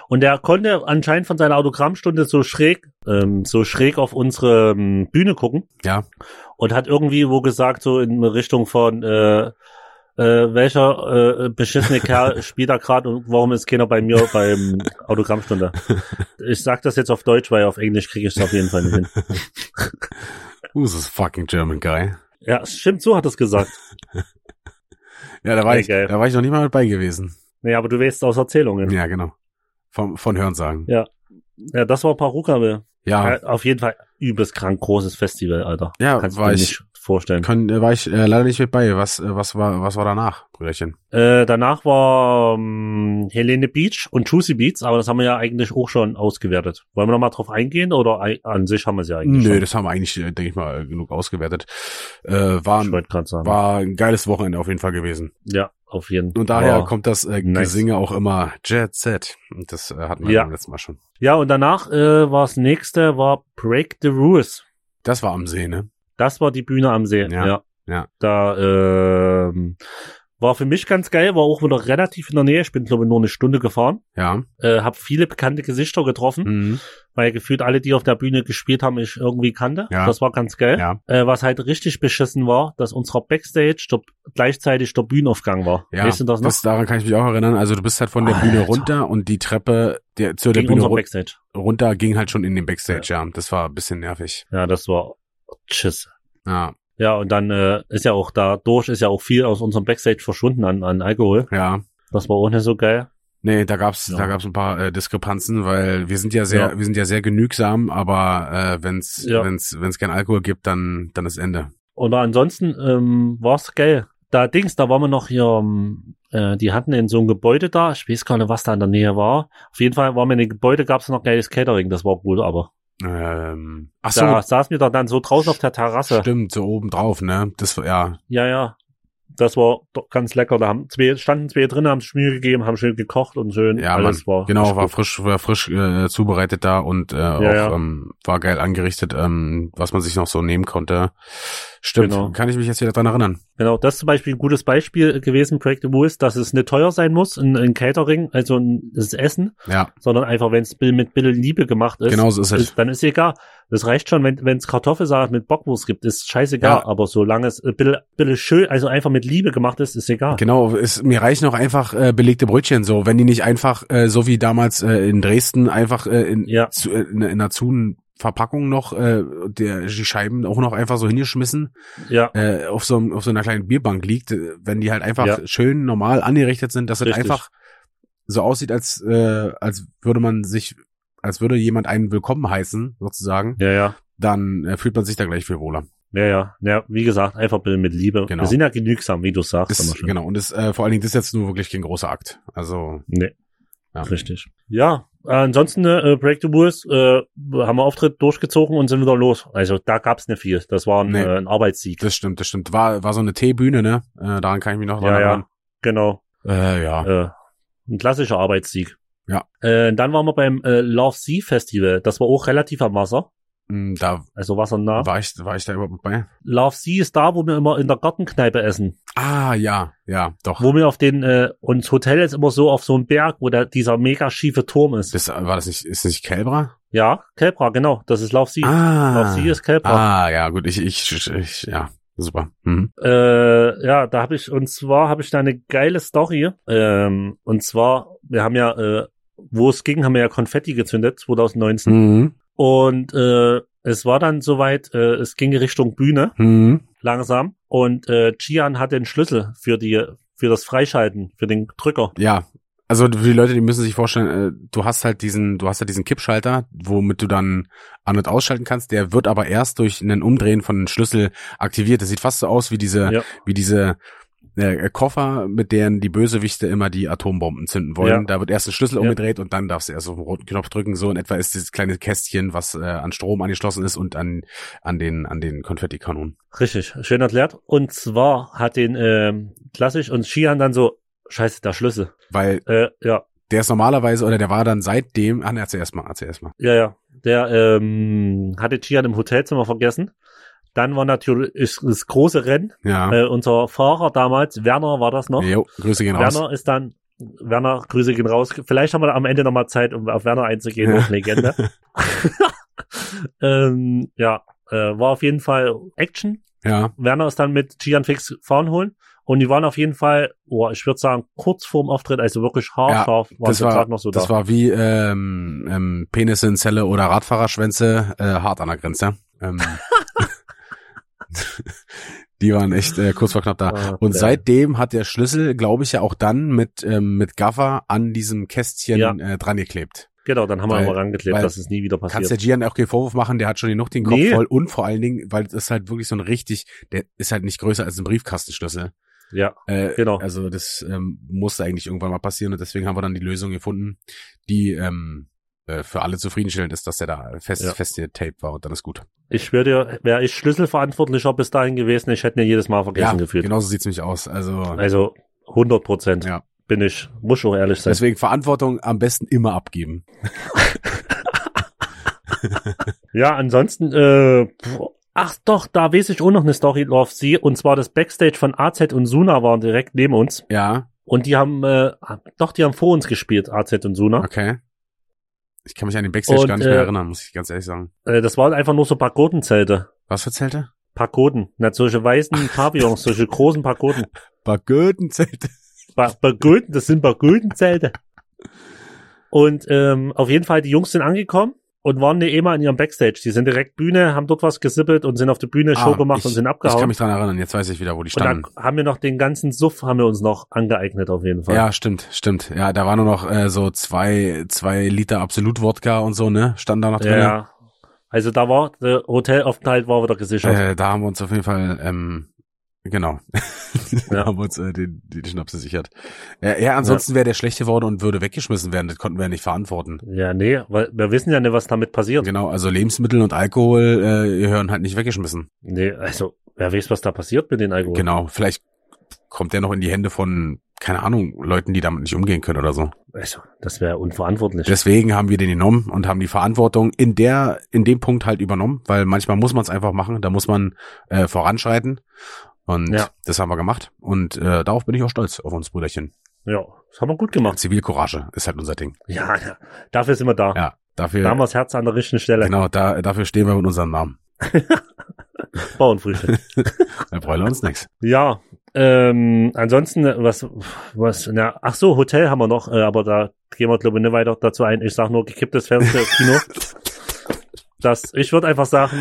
[SPEAKER 2] Und er konnte anscheinend von seiner Autogrammstunde so schräg, ähm, so schräg auf unsere ähm, Bühne gucken.
[SPEAKER 1] Ja.
[SPEAKER 2] Und hat irgendwie wo gesagt, so in Richtung von, äh, äh, welcher äh, beschissene Kerl spielt da gerade und warum ist keiner bei mir beim Autogrammstunde? Ich sag das jetzt auf Deutsch, weil auf Englisch kriege ich es auf jeden Fall nicht hin.
[SPEAKER 1] who's this Uh, fucking German guy?
[SPEAKER 2] Ja, stimmt, so hat es gesagt.
[SPEAKER 1] Ja, da war
[SPEAKER 2] Sehr
[SPEAKER 1] ich,
[SPEAKER 2] geil.
[SPEAKER 1] da war ich noch nicht mal mit bei gewesen.
[SPEAKER 2] Naja, aber du weißt aus Erzählungen. Ja,
[SPEAKER 1] Ja, genau. Von von Hörensagen.
[SPEAKER 2] Ja. das war Parukabe.
[SPEAKER 1] Ja,
[SPEAKER 2] Ja, auf jeden Fall übelst krank großes Festival, Alter.
[SPEAKER 1] Ah. ja,
[SPEAKER 2] Kannst du
[SPEAKER 1] war
[SPEAKER 2] dir
[SPEAKER 1] ich
[SPEAKER 2] nicht vorstellen.
[SPEAKER 1] kann, äh, war ich äh, leider nicht mit bei. Was äh, was war was war danach, Brüderchen?
[SPEAKER 2] Äh, danach war ähm, Helene Beach und Juicy Beats, aber das haben wir ja eigentlich auch schon ausgewertet. Wollen wir nochmal drauf eingehen oder ei- an sich haben wir sie ja eigentlich
[SPEAKER 1] Nö,
[SPEAKER 2] schon?
[SPEAKER 1] das haben wir eigentlich, äh, denke ich mal, genug ausgewertet. Äh, war,
[SPEAKER 2] ich wollte gerade sagen.
[SPEAKER 1] war ein geiles Wochenende auf jeden Fall gewesen.
[SPEAKER 2] ja, auf jeden
[SPEAKER 1] Und daher
[SPEAKER 2] War-
[SPEAKER 1] kommt das äh,
[SPEAKER 2] nice.
[SPEAKER 1] Gesinge auch immer Jet Set. Und Das äh, hatten wir
[SPEAKER 2] Ja.
[SPEAKER 1] beim letzten Mal schon.
[SPEAKER 2] Ja, und danach äh, war das nächste, war Break the Rules.
[SPEAKER 1] Das war am See, ne?
[SPEAKER 2] Das war die Bühne am See.
[SPEAKER 1] Ja,
[SPEAKER 2] Ja.
[SPEAKER 1] ja.
[SPEAKER 2] Da ähm, war für mich ganz geil, war auch wieder relativ in der Nähe. Ich bin, glaube ich, nur eine Stunde gefahren.
[SPEAKER 1] Ja.
[SPEAKER 2] Äh, hab viele bekannte Gesichter getroffen.
[SPEAKER 1] Mhm.
[SPEAKER 2] weil gefühlt alle, die auf der Bühne gespielt haben, ich irgendwie kannte.
[SPEAKER 1] Ja.
[SPEAKER 2] Das war ganz geil.
[SPEAKER 1] Ja.
[SPEAKER 2] Äh, was halt richtig beschissen war, dass unserer Backstage der, gleichzeitig der Bühnenaufgang war.
[SPEAKER 1] Ja,
[SPEAKER 2] weißt du das noch? Oh,
[SPEAKER 1] das, daran kann ich mich auch erinnern. Also du bist halt von der
[SPEAKER 2] Alter.
[SPEAKER 1] Bühne runter und die Treppe der, zu der
[SPEAKER 2] Gegen
[SPEAKER 1] Bühne
[SPEAKER 2] unser
[SPEAKER 1] run
[SPEAKER 2] Backstage.
[SPEAKER 1] runter ging halt schon in den Backstage, ja. Das war ein bisschen nervig.
[SPEAKER 2] Ja, das war tschüss.
[SPEAKER 1] Ja,
[SPEAKER 2] Ja, und dann äh, ist ja auch da durch, ist ja auch viel aus unserem Backstage verschwunden an, an Alkohol.
[SPEAKER 1] ja.
[SPEAKER 2] Das war auch nicht so geil.
[SPEAKER 1] Nee, da gab's
[SPEAKER 2] Ja.
[SPEAKER 1] da gab's ein paar äh, Diskrepanzen, weil wir sind ja sehr
[SPEAKER 2] Ja.
[SPEAKER 1] wir sind ja sehr genügsam, aber äh, wenn's
[SPEAKER 2] Ja.
[SPEAKER 1] wenn's wenn's kein Alkohol gibt, dann dann ist Ende.
[SPEAKER 2] Oder ansonsten ähm, war's geil. Da Dings, da waren wir noch hier, ähm, äh, die hatten in so einem Gebäude da, ich weiß gar nicht, was da in der Nähe war. Auf jeden Fall waren wir in dem Gebäude, gab's noch geiles Catering, das war gut, aber
[SPEAKER 1] Ähm, ach so,
[SPEAKER 2] da saßen wir doch dann so draußen auf der Terrasse.
[SPEAKER 1] stimmt, so oben drauf, ne? Das war- ja,
[SPEAKER 2] Ja, ja. Das war doch ganz lecker. Da haben zwei, standen zwei drin, haben sich Mühe gegeben, haben schön gekocht und schön.
[SPEAKER 1] Ja,
[SPEAKER 2] alles war.
[SPEAKER 1] Genau, war frisch, war frisch äh, zubereitet da und äh, auch
[SPEAKER 2] ja.
[SPEAKER 1] Ähm, war geil angerichtet, ähm, was man sich noch so nehmen konnte. Stimmt,
[SPEAKER 2] Genau.
[SPEAKER 1] kann ich mich jetzt wieder dran erinnern.
[SPEAKER 2] Genau, das ist zum Beispiel ein gutes Beispiel gewesen, Projekt Impuls, dass es nicht teuer sein muss, ein, ein Catering, also ein, das Essen,
[SPEAKER 1] Ja,
[SPEAKER 2] sondern einfach, wenn es mit bisschen Liebe gemacht ist,
[SPEAKER 1] genau so ist es.
[SPEAKER 2] ist, dann ist egal. Das reicht schon, wenn es Kartoffelsalat mit Bockwurst gibt, ist scheißegal,
[SPEAKER 1] Ja.
[SPEAKER 2] aber solange es ein bisschen, bisschen schön, also einfach mit Liebe gemacht ist, ist egal.
[SPEAKER 1] Genau, es, mir reichen auch einfach äh, belegte Brötchen so, wenn die nicht einfach, äh, so wie damals äh, in Dresden, einfach äh, in,
[SPEAKER 2] Ja.
[SPEAKER 1] zu, äh, in, in einer Zunenverpackung noch, äh, der, die Scheiben auch noch einfach so hingeschmissen,
[SPEAKER 2] Ja,
[SPEAKER 1] äh, auf, so, einem- auf so einer kleinen Bierbank liegt, äh, wenn die halt einfach
[SPEAKER 2] Ja.
[SPEAKER 1] schön normal angerichtet sind, dass es
[SPEAKER 2] Richtig.
[SPEAKER 1] einfach so aussieht, als, äh, als würde man sich, als würde jemand einen willkommen heißen, sozusagen,
[SPEAKER 2] ja, ja.
[SPEAKER 1] dann äh, fühlt man sich da gleich viel wohler.
[SPEAKER 2] Ja, ja, ja, wie gesagt, einfach ein bisschen mit Liebe.
[SPEAKER 1] Genau.
[SPEAKER 2] Wir sind ja genügsam, wie du sagst.
[SPEAKER 1] Das,
[SPEAKER 2] immer schon.
[SPEAKER 1] genau, und das, äh, vor allen Dingen, das ist jetzt nur wirklich kein großer Akt. Also,
[SPEAKER 2] Nee.
[SPEAKER 1] Ja.
[SPEAKER 2] Richtig. Ja, äh, ansonsten äh, Break the Rules, äh, haben wir Auftritt durchgezogen und sind wieder los. Also da gab's nicht viel. Das war ein,
[SPEAKER 1] Nee.
[SPEAKER 2] äh, ein Arbeitssieg.
[SPEAKER 1] das stimmt, das stimmt. War, war so eine Teebühne, ne? Äh, daran kann ich mich noch dran
[SPEAKER 2] Ja,
[SPEAKER 1] erinnern.
[SPEAKER 2] ja, genau.
[SPEAKER 1] Äh, ja.
[SPEAKER 2] Äh, ein klassischer Arbeitssieg.
[SPEAKER 1] Ja.
[SPEAKER 2] Äh, dann waren wir beim äh, Love Sea Festival. Das war auch relativ am Wasser,
[SPEAKER 1] Mm, Da
[SPEAKER 2] also wassernah.
[SPEAKER 1] war ich, war ich da überhaupt mit bei.
[SPEAKER 2] Love Sea ist da, wo wir immer in der Gartenkneipe essen.
[SPEAKER 1] Ah, ja, ja, doch.
[SPEAKER 2] Wo wir auf den, äh, und das Hotel ist immer so auf so einem Berg, wo der, dieser mega schiefe Turm ist.
[SPEAKER 1] Das, war das nicht, ist das nicht Kälbra?
[SPEAKER 2] Ja, Kelpra, genau. Das ist Love Sea. Love
[SPEAKER 1] Ah,
[SPEAKER 2] Sea ist Kelpra.
[SPEAKER 1] Ah, ja, gut, ich, ich, ich, ich ja, super. Mhm.
[SPEAKER 2] Äh, ja, da habe ich, und zwar habe ich da eine geile Story. Ähm, und zwar, wir haben ja, äh, wo es ging, haben wir ja Konfetti gezündet, 2019.
[SPEAKER 1] Mhm.
[SPEAKER 2] Und äh, es war dann soweit, äh, es ging Richtung Bühne,
[SPEAKER 1] Mhm.
[SPEAKER 2] langsam. Und äh, Gian hatte den Schlüssel für die, für das Freischalten, für den Drücker.
[SPEAKER 1] Ja, also für die Leute, die müssen sich vorstellen, äh, du hast halt diesen, du hast halt diesen Kippschalter, womit du dann an- und ausschalten kannst. Der wird aber erst durch einen Umdrehen von einem Schlüssel aktiviert. Das sieht fast so aus wie diese,
[SPEAKER 2] Ja.
[SPEAKER 1] wie diese äh, Koffer, mit denen die Bösewichte immer die Atombomben zünden wollen.
[SPEAKER 2] Ja.
[SPEAKER 1] Da wird erst ein Schlüssel
[SPEAKER 2] Ja.
[SPEAKER 1] umgedreht und dann darfst du erst auf den roten Knopf drücken. So in etwa ist dieses kleine Kästchen, was äh, an Strom angeschlossen ist und an an den an den Konfettikanonen.
[SPEAKER 2] Richtig, schön erklärt. Und zwar hat den ähm, klassisch und Gian dann so, scheiße, der Schlüssel.
[SPEAKER 1] Weil
[SPEAKER 2] Äh, ja,
[SPEAKER 1] der ist normalerweise oder der war dann seitdem. Ah, ne, erzähl erstmal, erzähl erstmal.
[SPEAKER 2] Ja, ja. Der ähm, hatte Gian im Hotelzimmer vergessen. Dann war natürlich ist das große Rennen.
[SPEAKER 1] Ja.
[SPEAKER 2] Äh, unser Fahrer damals, Werner war das noch.
[SPEAKER 1] Jo, Grüße gehen raus.
[SPEAKER 2] Werner ist dann, Werner, Grüße gehen raus. Vielleicht haben wir am Ende nochmal Zeit, um auf Werner einzugehen,
[SPEAKER 1] Ja.
[SPEAKER 2] das ist eine Legende. ähm, ja, äh, war auf jeden Fall Action.
[SPEAKER 1] Ja.
[SPEAKER 2] Werner ist dann mit Gian fix fahren holen. Und die waren auf jeden Fall, oh, ich würde sagen, kurz vorm Auftritt, also wirklich haarscharf, waren
[SPEAKER 1] das
[SPEAKER 2] sie
[SPEAKER 1] war,
[SPEAKER 2] grad noch so
[SPEAKER 1] das
[SPEAKER 2] da.
[SPEAKER 1] war wie ähm, ähm, Penisse in Zelle oder Radfahrerschwänze äh, hart an der Grenze. Ähm, die waren echt äh, kurz vor knapp da.
[SPEAKER 2] Ah,
[SPEAKER 1] Und
[SPEAKER 2] geil.
[SPEAKER 1] seitdem hat der Schlüssel, glaube ich, ja auch dann mit ähm, mit Gaffer an diesem Kästchen
[SPEAKER 2] Ja.
[SPEAKER 1] äh, dran geklebt.
[SPEAKER 2] Genau, dann haben wir
[SPEAKER 1] Weil-
[SPEAKER 2] aber rangeklebt,
[SPEAKER 1] weil-
[SPEAKER 2] dass es nie wieder
[SPEAKER 1] Kannst
[SPEAKER 2] passiert.
[SPEAKER 1] der Gian auch keinen Vorwurf machen, der hat schon genug den Kopf
[SPEAKER 2] Nee.
[SPEAKER 1] voll und vor allen Dingen, weil das ist halt wirklich so ein richtig, der ist halt nicht größer als ein Briefkastenschlüssel.
[SPEAKER 2] Ja,
[SPEAKER 1] Äh,
[SPEAKER 2] genau.
[SPEAKER 1] Also das ähm, musste eigentlich irgendwann mal passieren und deswegen haben wir dann die Lösung gefunden, die ähm, äh, für alle zufriedenstellend ist, dass der da fest,
[SPEAKER 2] Ja.
[SPEAKER 1] fest getaped war und dann ist gut.
[SPEAKER 2] Ich schwöre dir, wäre ich Schlüsselverantwortlicher bis dahin gewesen, ich hätte ihn jedes Mal vergessen gefühlt.
[SPEAKER 1] genauso sieht's mich aus. Also
[SPEAKER 2] Also 100 Prozent
[SPEAKER 1] genau. Ja.
[SPEAKER 2] bin ich, muss ich auch ehrlich sein.
[SPEAKER 1] deswegen Verantwortung am besten immer abgeben.
[SPEAKER 2] Ja, ansonsten, äh, pff, ach doch, da weiß ich auch noch eine Story, Love Sie, und zwar das Backstage von AZ und Suna waren direkt neben uns
[SPEAKER 1] Ja,
[SPEAKER 2] und die haben, äh, doch, die haben vor uns gespielt, AZ und Suna.
[SPEAKER 1] okay. Ich kann mich an den Backstage
[SPEAKER 2] Und,
[SPEAKER 1] gar nicht mehr
[SPEAKER 2] äh,
[SPEAKER 1] erinnern, muss ich ganz ehrlich sagen.
[SPEAKER 2] Äh, das waren einfach nur so Pagodenzelte.
[SPEAKER 1] Was für Zelte?
[SPEAKER 2] Pagoden, na, solche weißen Pavillons, solche großen Pagoden.
[SPEAKER 1] Bagötenzelte.
[SPEAKER 2] Ba- Bagulden, das sind Baguldenzelte. Und ähm, auf jeden Fall, die Jungs sind angekommen und waren nee, immer in ihrem Backstage. Die sind direkt Bühne, haben dort was gesippelt und sind auf der Bühne Show
[SPEAKER 1] Ah,
[SPEAKER 2] gemacht
[SPEAKER 1] ich-
[SPEAKER 2] und sind
[SPEAKER 1] Ich kann
[SPEAKER 2] abgehauen.
[SPEAKER 1] mich dran erinnern, jetzt weiß ich wieder, wo die
[SPEAKER 2] Und
[SPEAKER 1] standen.
[SPEAKER 2] dann haben wir noch den ganzen Suff haben wir uns noch angeeignet auf jeden Fall.
[SPEAKER 1] Ja, stimmt, stimmt. Ja, da waren nur noch äh, so zwei, zwei Liter Absolut-Wodka und so, ne? Stand da noch drin.
[SPEAKER 2] Ja. Also da war der Hotelaufenthalt war wieder gesichert.
[SPEAKER 1] Äh, da haben wir uns auf jeden Fall, ähm, genau, da
[SPEAKER 2] Ja.
[SPEAKER 1] haben wir uns äh, den, den Schnaps gesichert. Äh, ja, ansonsten wäre der schlecht geworden und würde weggeschmissen werden. Das konnten wir ja nicht verantworten.
[SPEAKER 2] Ja, nee, weil wir wissen ja nicht, was damit passiert.
[SPEAKER 1] Genau, also Lebensmittel und Alkohol äh, gehören halt nicht weggeschmissen.
[SPEAKER 2] Nee, also wer weiß, was da passiert mit den Alkohol.
[SPEAKER 1] Genau, vielleicht kommt der noch in die Hände von, keine Ahnung, Leuten, die damit nicht umgehen können oder so.
[SPEAKER 2] Also, das wäre unverantwortlich.
[SPEAKER 1] Deswegen haben wir den genommen und haben die Verantwortung in der, in dem Punkt halt übernommen, weil manchmal muss man es einfach machen, da muss man äh, voranschreiten. Und
[SPEAKER 2] Ja.
[SPEAKER 1] das haben wir gemacht. Und äh, darauf bin ich auch stolz auf uns, Brüderchen.
[SPEAKER 2] ja, das haben wir gut gemacht.
[SPEAKER 1] Zivilcourage ist halt unser Ding.
[SPEAKER 2] Ja, ja, dafür sind wir da.
[SPEAKER 1] Ja, dafür,
[SPEAKER 2] Da haben wir das Herz an der richtigen Stelle.
[SPEAKER 1] genau, da, dafür stehen wir mit unserem Namen.
[SPEAKER 2] Bauernfrühstück.
[SPEAKER 1] Da freuen wir uns nichts.
[SPEAKER 2] ja, ähm, ansonsten, äh, was, was, na, ach so, Hotel haben wir noch, äh, aber da gehen wir, glaube ich, nicht weiter dazu ein. Ich sag nur gekipptes Fernseher, Kino. Das, ich würde einfach sagen,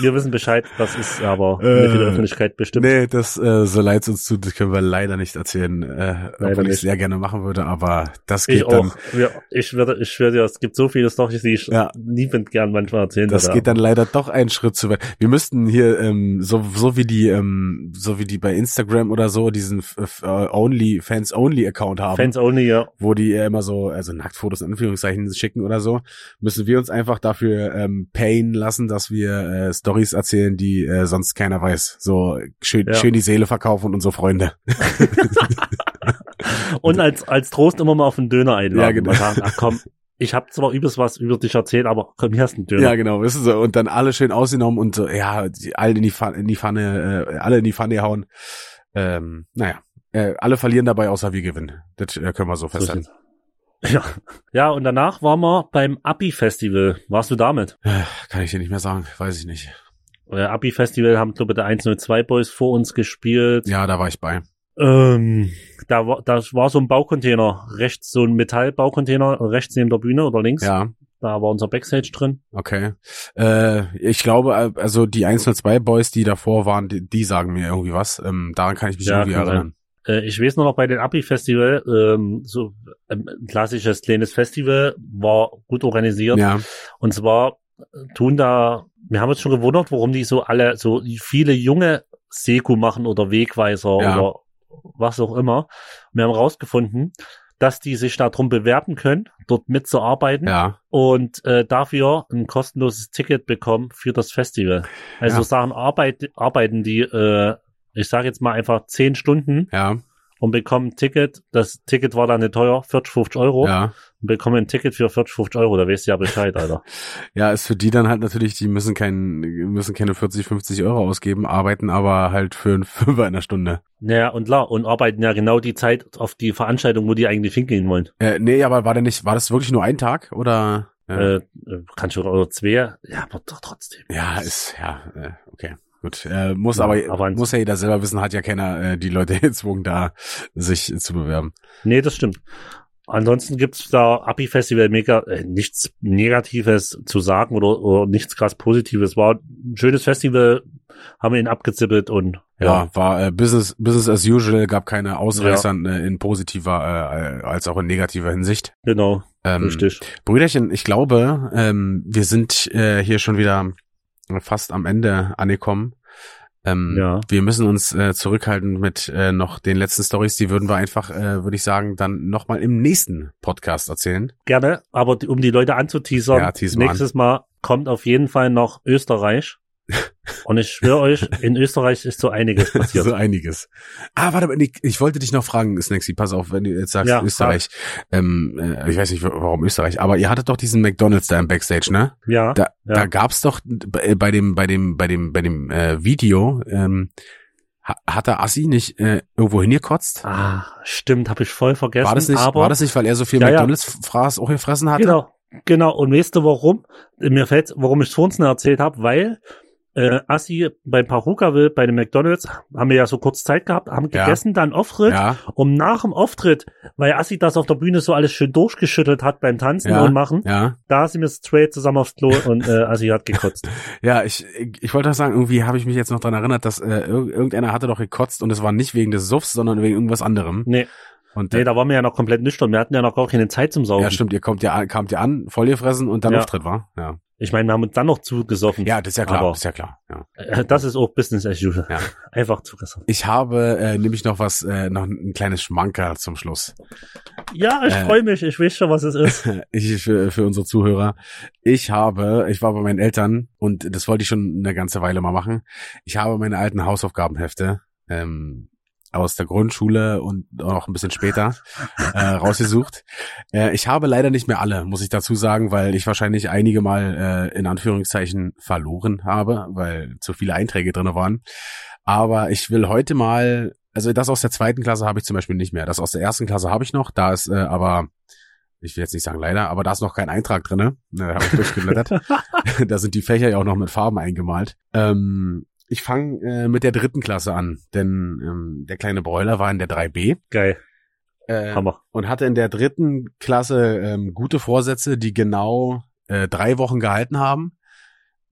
[SPEAKER 2] wir wissen Bescheid, das ist aber
[SPEAKER 1] Äh,
[SPEAKER 2] nicht in der Öffentlichkeit bestimmt.
[SPEAKER 1] Nee, das, äh, so leid uns tut, das können wir leider nicht erzählen, äh, obwohl ich
[SPEAKER 2] nicht.
[SPEAKER 1] sehr gerne machen würde, aber das geht
[SPEAKER 2] ich
[SPEAKER 1] dann,
[SPEAKER 2] auch. Ja, ich würde, ich würde, es gibt so viele Storys, die ich
[SPEAKER 1] Ja.
[SPEAKER 2] liebend gern manchmal erzählen
[SPEAKER 1] Das
[SPEAKER 2] würde.
[SPEAKER 1] geht dann leider doch einen Schritt zu weit. Wir müssten hier ähm, so so wie die ähm, so wie die bei Instagram oder so diesen F- F- äh, Only Fans Only Account haben,
[SPEAKER 2] Fans only, ja.
[SPEAKER 1] wo die ja immer so also Nacktfotos in Anführungszeichen schicken oder so, müssen wir uns einfach dafür ähm, payen lassen, dass wir äh, Stories erzählen, die äh, sonst keiner weiß. So schön
[SPEAKER 2] Ja.
[SPEAKER 1] schön die Seele verkaufen und unsere Freunde.
[SPEAKER 2] Und als, als Trost immer mal auf einen Döner einladen.
[SPEAKER 1] Ja, genau.
[SPEAKER 2] Mal sagen, ach komm, ich habe zwar übelst was über dich erzählt, aber komm, hier hast du einen Döner.
[SPEAKER 1] Ja, genau, wissen Sie. Und dann alle schön ausgenommen und so, ja, die, alle in die Pfanne, in die Pfanne äh, alle in die Pfanne hauen. Ähm, naja, äh, alle verlieren dabei, außer wir gewinnen. Das äh, können wir so
[SPEAKER 2] So
[SPEAKER 1] festhalten.
[SPEAKER 2] sind's. ja. ja, und danach waren wir beim API-Festival. Warst du damit?
[SPEAKER 1] Äh, Kann ich dir nicht mehr sagen, weiß ich nicht.
[SPEAKER 2] Euer API-Festival haben, glaube ich, der 102-Boys vor uns gespielt.
[SPEAKER 1] Ja, da war ich bei.
[SPEAKER 2] Ähm, da, war, da war so ein Baucontainer, rechts so ein Metallbaucontainer, rechts neben der Bühne oder links.
[SPEAKER 1] Ja,
[SPEAKER 2] Da war unser Backstage drin.
[SPEAKER 1] okay. Äh, ich glaube, äh, also die 102 Boys, die davor waren, die, die sagen mir irgendwie was. Ähm, daran kann ich mich
[SPEAKER 2] Ja,
[SPEAKER 1] irgendwie
[SPEAKER 2] kann sein.
[SPEAKER 1] erinnern.
[SPEAKER 2] Äh, ich weiß nur noch bei den API-Festival, ähm, so ähm, ein klassisches kleines Festival, war gut organisiert.
[SPEAKER 1] Ja,
[SPEAKER 2] Und zwar äh, tun da, wir haben uns schon gewundert, warum die so alle, so viele junge Seku machen oder Wegweiser
[SPEAKER 1] Ja.
[SPEAKER 2] oder was auch immer. Wir haben rausgefunden, dass die sich darum bewerben können, dort mitzuarbeiten
[SPEAKER 1] ja.
[SPEAKER 2] und äh, dafür ein kostenloses Ticket bekommen für das Festival. Also
[SPEAKER 1] Ja.
[SPEAKER 2] Sachen Arbeit, arbeiten die, äh, ich sage jetzt mal einfach zehn Stunden
[SPEAKER 1] Ja,
[SPEAKER 2] und bekommen ein Ticket. Das Ticket war dann nicht teuer, 40, 50 Euro.
[SPEAKER 1] ja.
[SPEAKER 2] Bekommen ein Ticket für 40, 50 Euro, da weißt du ja Bescheid, Alter.
[SPEAKER 1] Ja, ist für die dann halt natürlich, die müssen keinen, müssen keine 40, 50 Euro ausgeben, arbeiten aber halt für einen Fünfer in der Stunde.
[SPEAKER 2] Naja, und klar, und arbeiten ja genau die Zeit auf die Veranstaltung, wo die eigentlich hingehen wollen.
[SPEAKER 1] Äh, nee, aber war der nicht, war das wirklich nur ein Tag oder? Äh,
[SPEAKER 2] Äh, äh, kann schon oder zwei, ja, aber doch trotzdem.
[SPEAKER 1] ja, ist, ja, äh, okay. Gut, äh, muss
[SPEAKER 2] Ja,
[SPEAKER 1] aber,
[SPEAKER 2] aber ein-
[SPEAKER 1] muss ja jeder selber wissen, hat ja keiner äh, die Leute gezwungen, da sich zu bewerben.
[SPEAKER 2] Nee, das stimmt. Ansonsten gibt's da API-Festival mega äh, nichts Negatives zu sagen oder, oder nichts krass Positives. War ein schönes Festival, haben wir ihn abgezippelt und
[SPEAKER 1] Ja, war äh, Business, Business as usual, gab keine Ausreißer äh, in positiver äh, als auch in negativer Hinsicht.
[SPEAKER 2] genau,
[SPEAKER 1] Ähm,
[SPEAKER 2] richtig.
[SPEAKER 1] Brüderchen, ich glaube, ähm, wir sind äh, hier schon wieder fast am Ende angekommen. Ähm,
[SPEAKER 2] Ja.
[SPEAKER 1] Wir müssen uns äh, zurückhalten mit äh, noch den letzten Stories. Die würden wir einfach, äh, würde ich sagen, dann nochmal im nächsten Podcast erzählen.
[SPEAKER 2] Gerne, aber die, um die Leute anzuteasern,
[SPEAKER 1] Ja, teasen wir
[SPEAKER 2] nächstes Mal kommt auf jeden Fall noch Österreich. und ich schwöre euch, in Österreich ist so einiges passiert.
[SPEAKER 1] So einiges. Ah, warte mal, Nick, ich wollte dich noch fragen, Snacksy, pass auf, wenn du jetzt sagst
[SPEAKER 2] Ja,
[SPEAKER 1] Österreich. Ähm, äh, ich weiß nicht, warum Österreich, aber ihr hattet doch diesen McDonalds da im Backstage, ne?
[SPEAKER 2] ja.
[SPEAKER 1] Da,
[SPEAKER 2] Ja.
[SPEAKER 1] da gab's doch bei bei dem bei dem bei dem bei dem äh, Video ähm, ha- hat der Assi nicht äh, irgendwo hingekotzt?
[SPEAKER 2] Ah, stimmt, habe ich voll vergessen.
[SPEAKER 1] War das nicht?
[SPEAKER 2] aber
[SPEAKER 1] war das nicht, weil er so viel
[SPEAKER 2] Ja, ja.
[SPEAKER 1] McDonalds Fraß auch gefressen hatte?
[SPEAKER 2] Genau, genau. Und weißt du warum? Mir fällt, warum ich es vorhin nicht erzählt habe, weil äh, Assi beim Pachuca will, bei dem McDonalds, haben wir ja so kurz Zeit gehabt, haben
[SPEAKER 1] Ja.
[SPEAKER 2] gegessen, dann Auftritt
[SPEAKER 1] Ja,
[SPEAKER 2] und nach dem Auftritt, weil Assi das auf der Bühne so alles schön durchgeschüttelt hat beim Tanzen
[SPEAKER 1] Ja.
[SPEAKER 2] und Machen,
[SPEAKER 1] ja.
[SPEAKER 2] da sind wir straight zusammen aufs Klo und äh, Assi hat gekotzt.
[SPEAKER 1] Ja, ich, ich wollte doch sagen, irgendwie habe ich mich jetzt noch dran erinnert, dass äh, irg- irgendeiner hatte doch gekotzt und es war nicht wegen des Suffs, sondern wegen irgendwas anderem.
[SPEAKER 2] Nee,
[SPEAKER 1] Und
[SPEAKER 2] nee, da waren wir ja noch komplett nüchtern, wir hatten ja noch gar keine Zeit zum Saugen.
[SPEAKER 1] ja, stimmt, ihr kommt ja an, kamt ja an, voll gefressen und dann
[SPEAKER 2] Oh. Ja.
[SPEAKER 1] Auftritt war. Ja.
[SPEAKER 2] Ich meine, wir haben uns dann noch zugesoffen.
[SPEAKER 1] ja, das ist ja klar,
[SPEAKER 2] Aber-
[SPEAKER 1] das ist ja klar. Ja.
[SPEAKER 2] Äh, Das ist auch Business as usual.
[SPEAKER 1] Ja.
[SPEAKER 2] Einfach zugesoffen.
[SPEAKER 1] Ich habe äh, nämlich noch was, äh, noch ein kleines Schmanker zum Schluss.
[SPEAKER 2] Ja, ich
[SPEAKER 1] Äh.
[SPEAKER 2] freue mich, ich weiß schon, was es ist.
[SPEAKER 1] ich, für, für unsere Zuhörer. Ich habe, ich war bei meinen Eltern und das wollte ich schon eine ganze Weile mal machen. Ich habe meine alten Hausaufgabenhefte ähm, aus der Grundschule und auch ein bisschen später äh, rausgesucht. Äh, ich habe leider nicht mehr alle, muss ich dazu sagen, weil ich wahrscheinlich einige mal äh, in Anführungszeichen verloren habe, weil zu viele Einträge drinne waren. Aber ich will heute mal, also das aus der zweiten Klasse habe ich zum Beispiel nicht mehr. Das aus der ersten Klasse habe ich noch, da ist äh, aber ich will jetzt nicht sagen leider, aber da ist noch kein Eintrag drinne. Ne, Da habe ich durchgeblättert. da sind die Fächer ja auch noch mit Farben eingemalt. Ähm, ich fange äh, mit der dritten Klasse an, denn ähm, der kleine Broiler war in der 3B
[SPEAKER 2] Geil,
[SPEAKER 1] äh,
[SPEAKER 2] Hammer.
[SPEAKER 1] und hatte in der dritten Klasse ähm, gute Vorsätze, die genau äh, drei Wochen gehalten haben.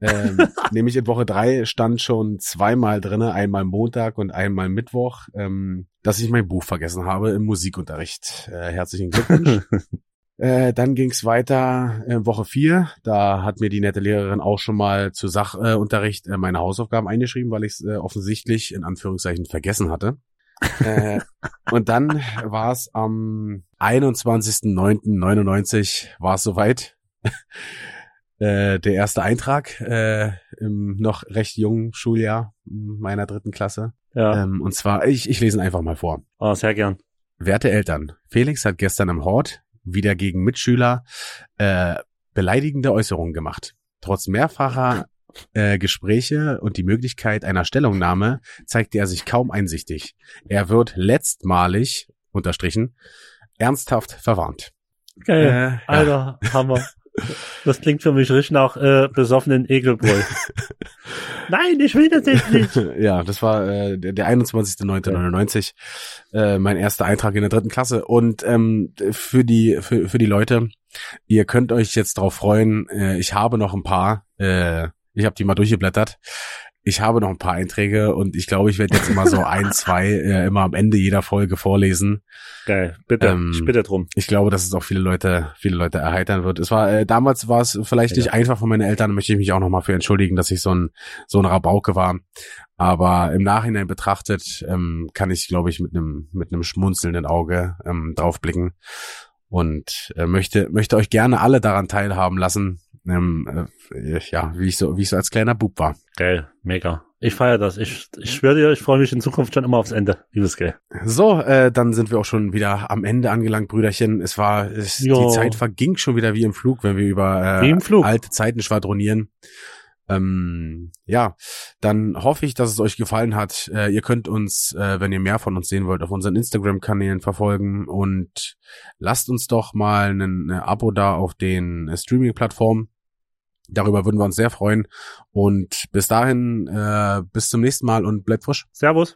[SPEAKER 1] Ähm, nämlich in Woche drei stand schon zweimal drinne, einmal Montag und einmal Mittwoch, ähm, dass ich mein Buch vergessen habe im Musikunterricht. Äh, herzlichen Glückwunsch. Äh, dann ging's weiter äh, Woche vier. Da hat mir die nette Lehrerin auch schon mal zu Sachunterricht äh, Unterricht, äh, meine Hausaufgaben eingeschrieben, weil ich es äh, offensichtlich in Anführungszeichen vergessen hatte. äh, und dann war's am 21.09.99 war es soweit. Äh, der erste Eintrag äh, im noch recht jungen Schuljahr meiner dritten Klasse.
[SPEAKER 2] Ja,
[SPEAKER 1] Ähm, und zwar, ich, ich lese ihn einfach mal vor.
[SPEAKER 2] oh, sehr gern.
[SPEAKER 1] Werte Eltern, Felix hat gestern im Hort wieder gegen Mitschüler äh, beleidigende Äußerungen gemacht. Trotz mehrfacher äh, Gespräche und die Möglichkeit einer Stellungnahme zeigte er sich kaum einsichtig. Er wird letztmalig, unterstrichen, ernsthaft verwarnt.
[SPEAKER 2] Geil.
[SPEAKER 1] Äh, ja.
[SPEAKER 2] Alter, Hammer. Das klingt für mich richtig nach äh, besoffenen Ekelbräu. Nein, ich will das jetzt nicht.
[SPEAKER 1] ja, das war äh, der, der 21.09.99, äh, mein erster Eintrag in der dritten Klasse. Und ähm, für die für, für die Leute, ihr könnt euch jetzt drauf freuen. Äh, ich habe noch ein paar. Äh, ich habe die mal durchgeblättert. Ich habe noch ein paar Einträge und ich glaube, ich werde jetzt immer so ein, zwei äh, immer am Ende jeder Folge vorlesen.
[SPEAKER 2] Geil, bitte,
[SPEAKER 1] Ähm.
[SPEAKER 2] ich bitte drum.
[SPEAKER 1] Ich glaube, dass es auch viele Leute, viele Leute erheitern wird. Es war äh, damals war es vielleicht nicht einfach von meinen Eltern. Möchte ich mich auch nochmal für entschuldigen, dass ich so ein so ein Rabauke war. Aber im Nachhinein betrachtet ähm, kann ich, glaube ich, mit einem mit einem schmunzelnden Auge ähm, draufblicken und äh, möchte möchte euch gerne alle daran teilhaben lassen. Ähm, äh, ja, wie ich so wie ich so als kleiner Bub war.
[SPEAKER 2] Geil, mega. Ich feiere das. Ich, ich schwöre dir, ich freue mich in Zukunft schon immer aufs Ende. Liebes Geil.
[SPEAKER 1] So, äh, dann sind wir auch schon wieder am Ende angelangt, Brüderchen. Es war, es, die
[SPEAKER 2] Jo.
[SPEAKER 1] Zeit verging schon wieder wie im Flug, wenn wir über
[SPEAKER 2] Wie
[SPEAKER 1] äh,
[SPEAKER 2] im Flug.
[SPEAKER 1] alte Zeiten schwadronieren. Ähm, ja, dann hoffe ich, dass es euch gefallen hat. Äh, ihr könnt uns, äh, wenn ihr mehr von uns sehen wollt, auf unseren Instagram-Kanälen verfolgen und lasst uns doch mal ein äh, Abo da auf den äh, Streaming-Plattformen. Darüber würden wir uns sehr freuen. Und bis dahin, äh, bis zum nächsten Mal und bleibt frisch.
[SPEAKER 2] Servus.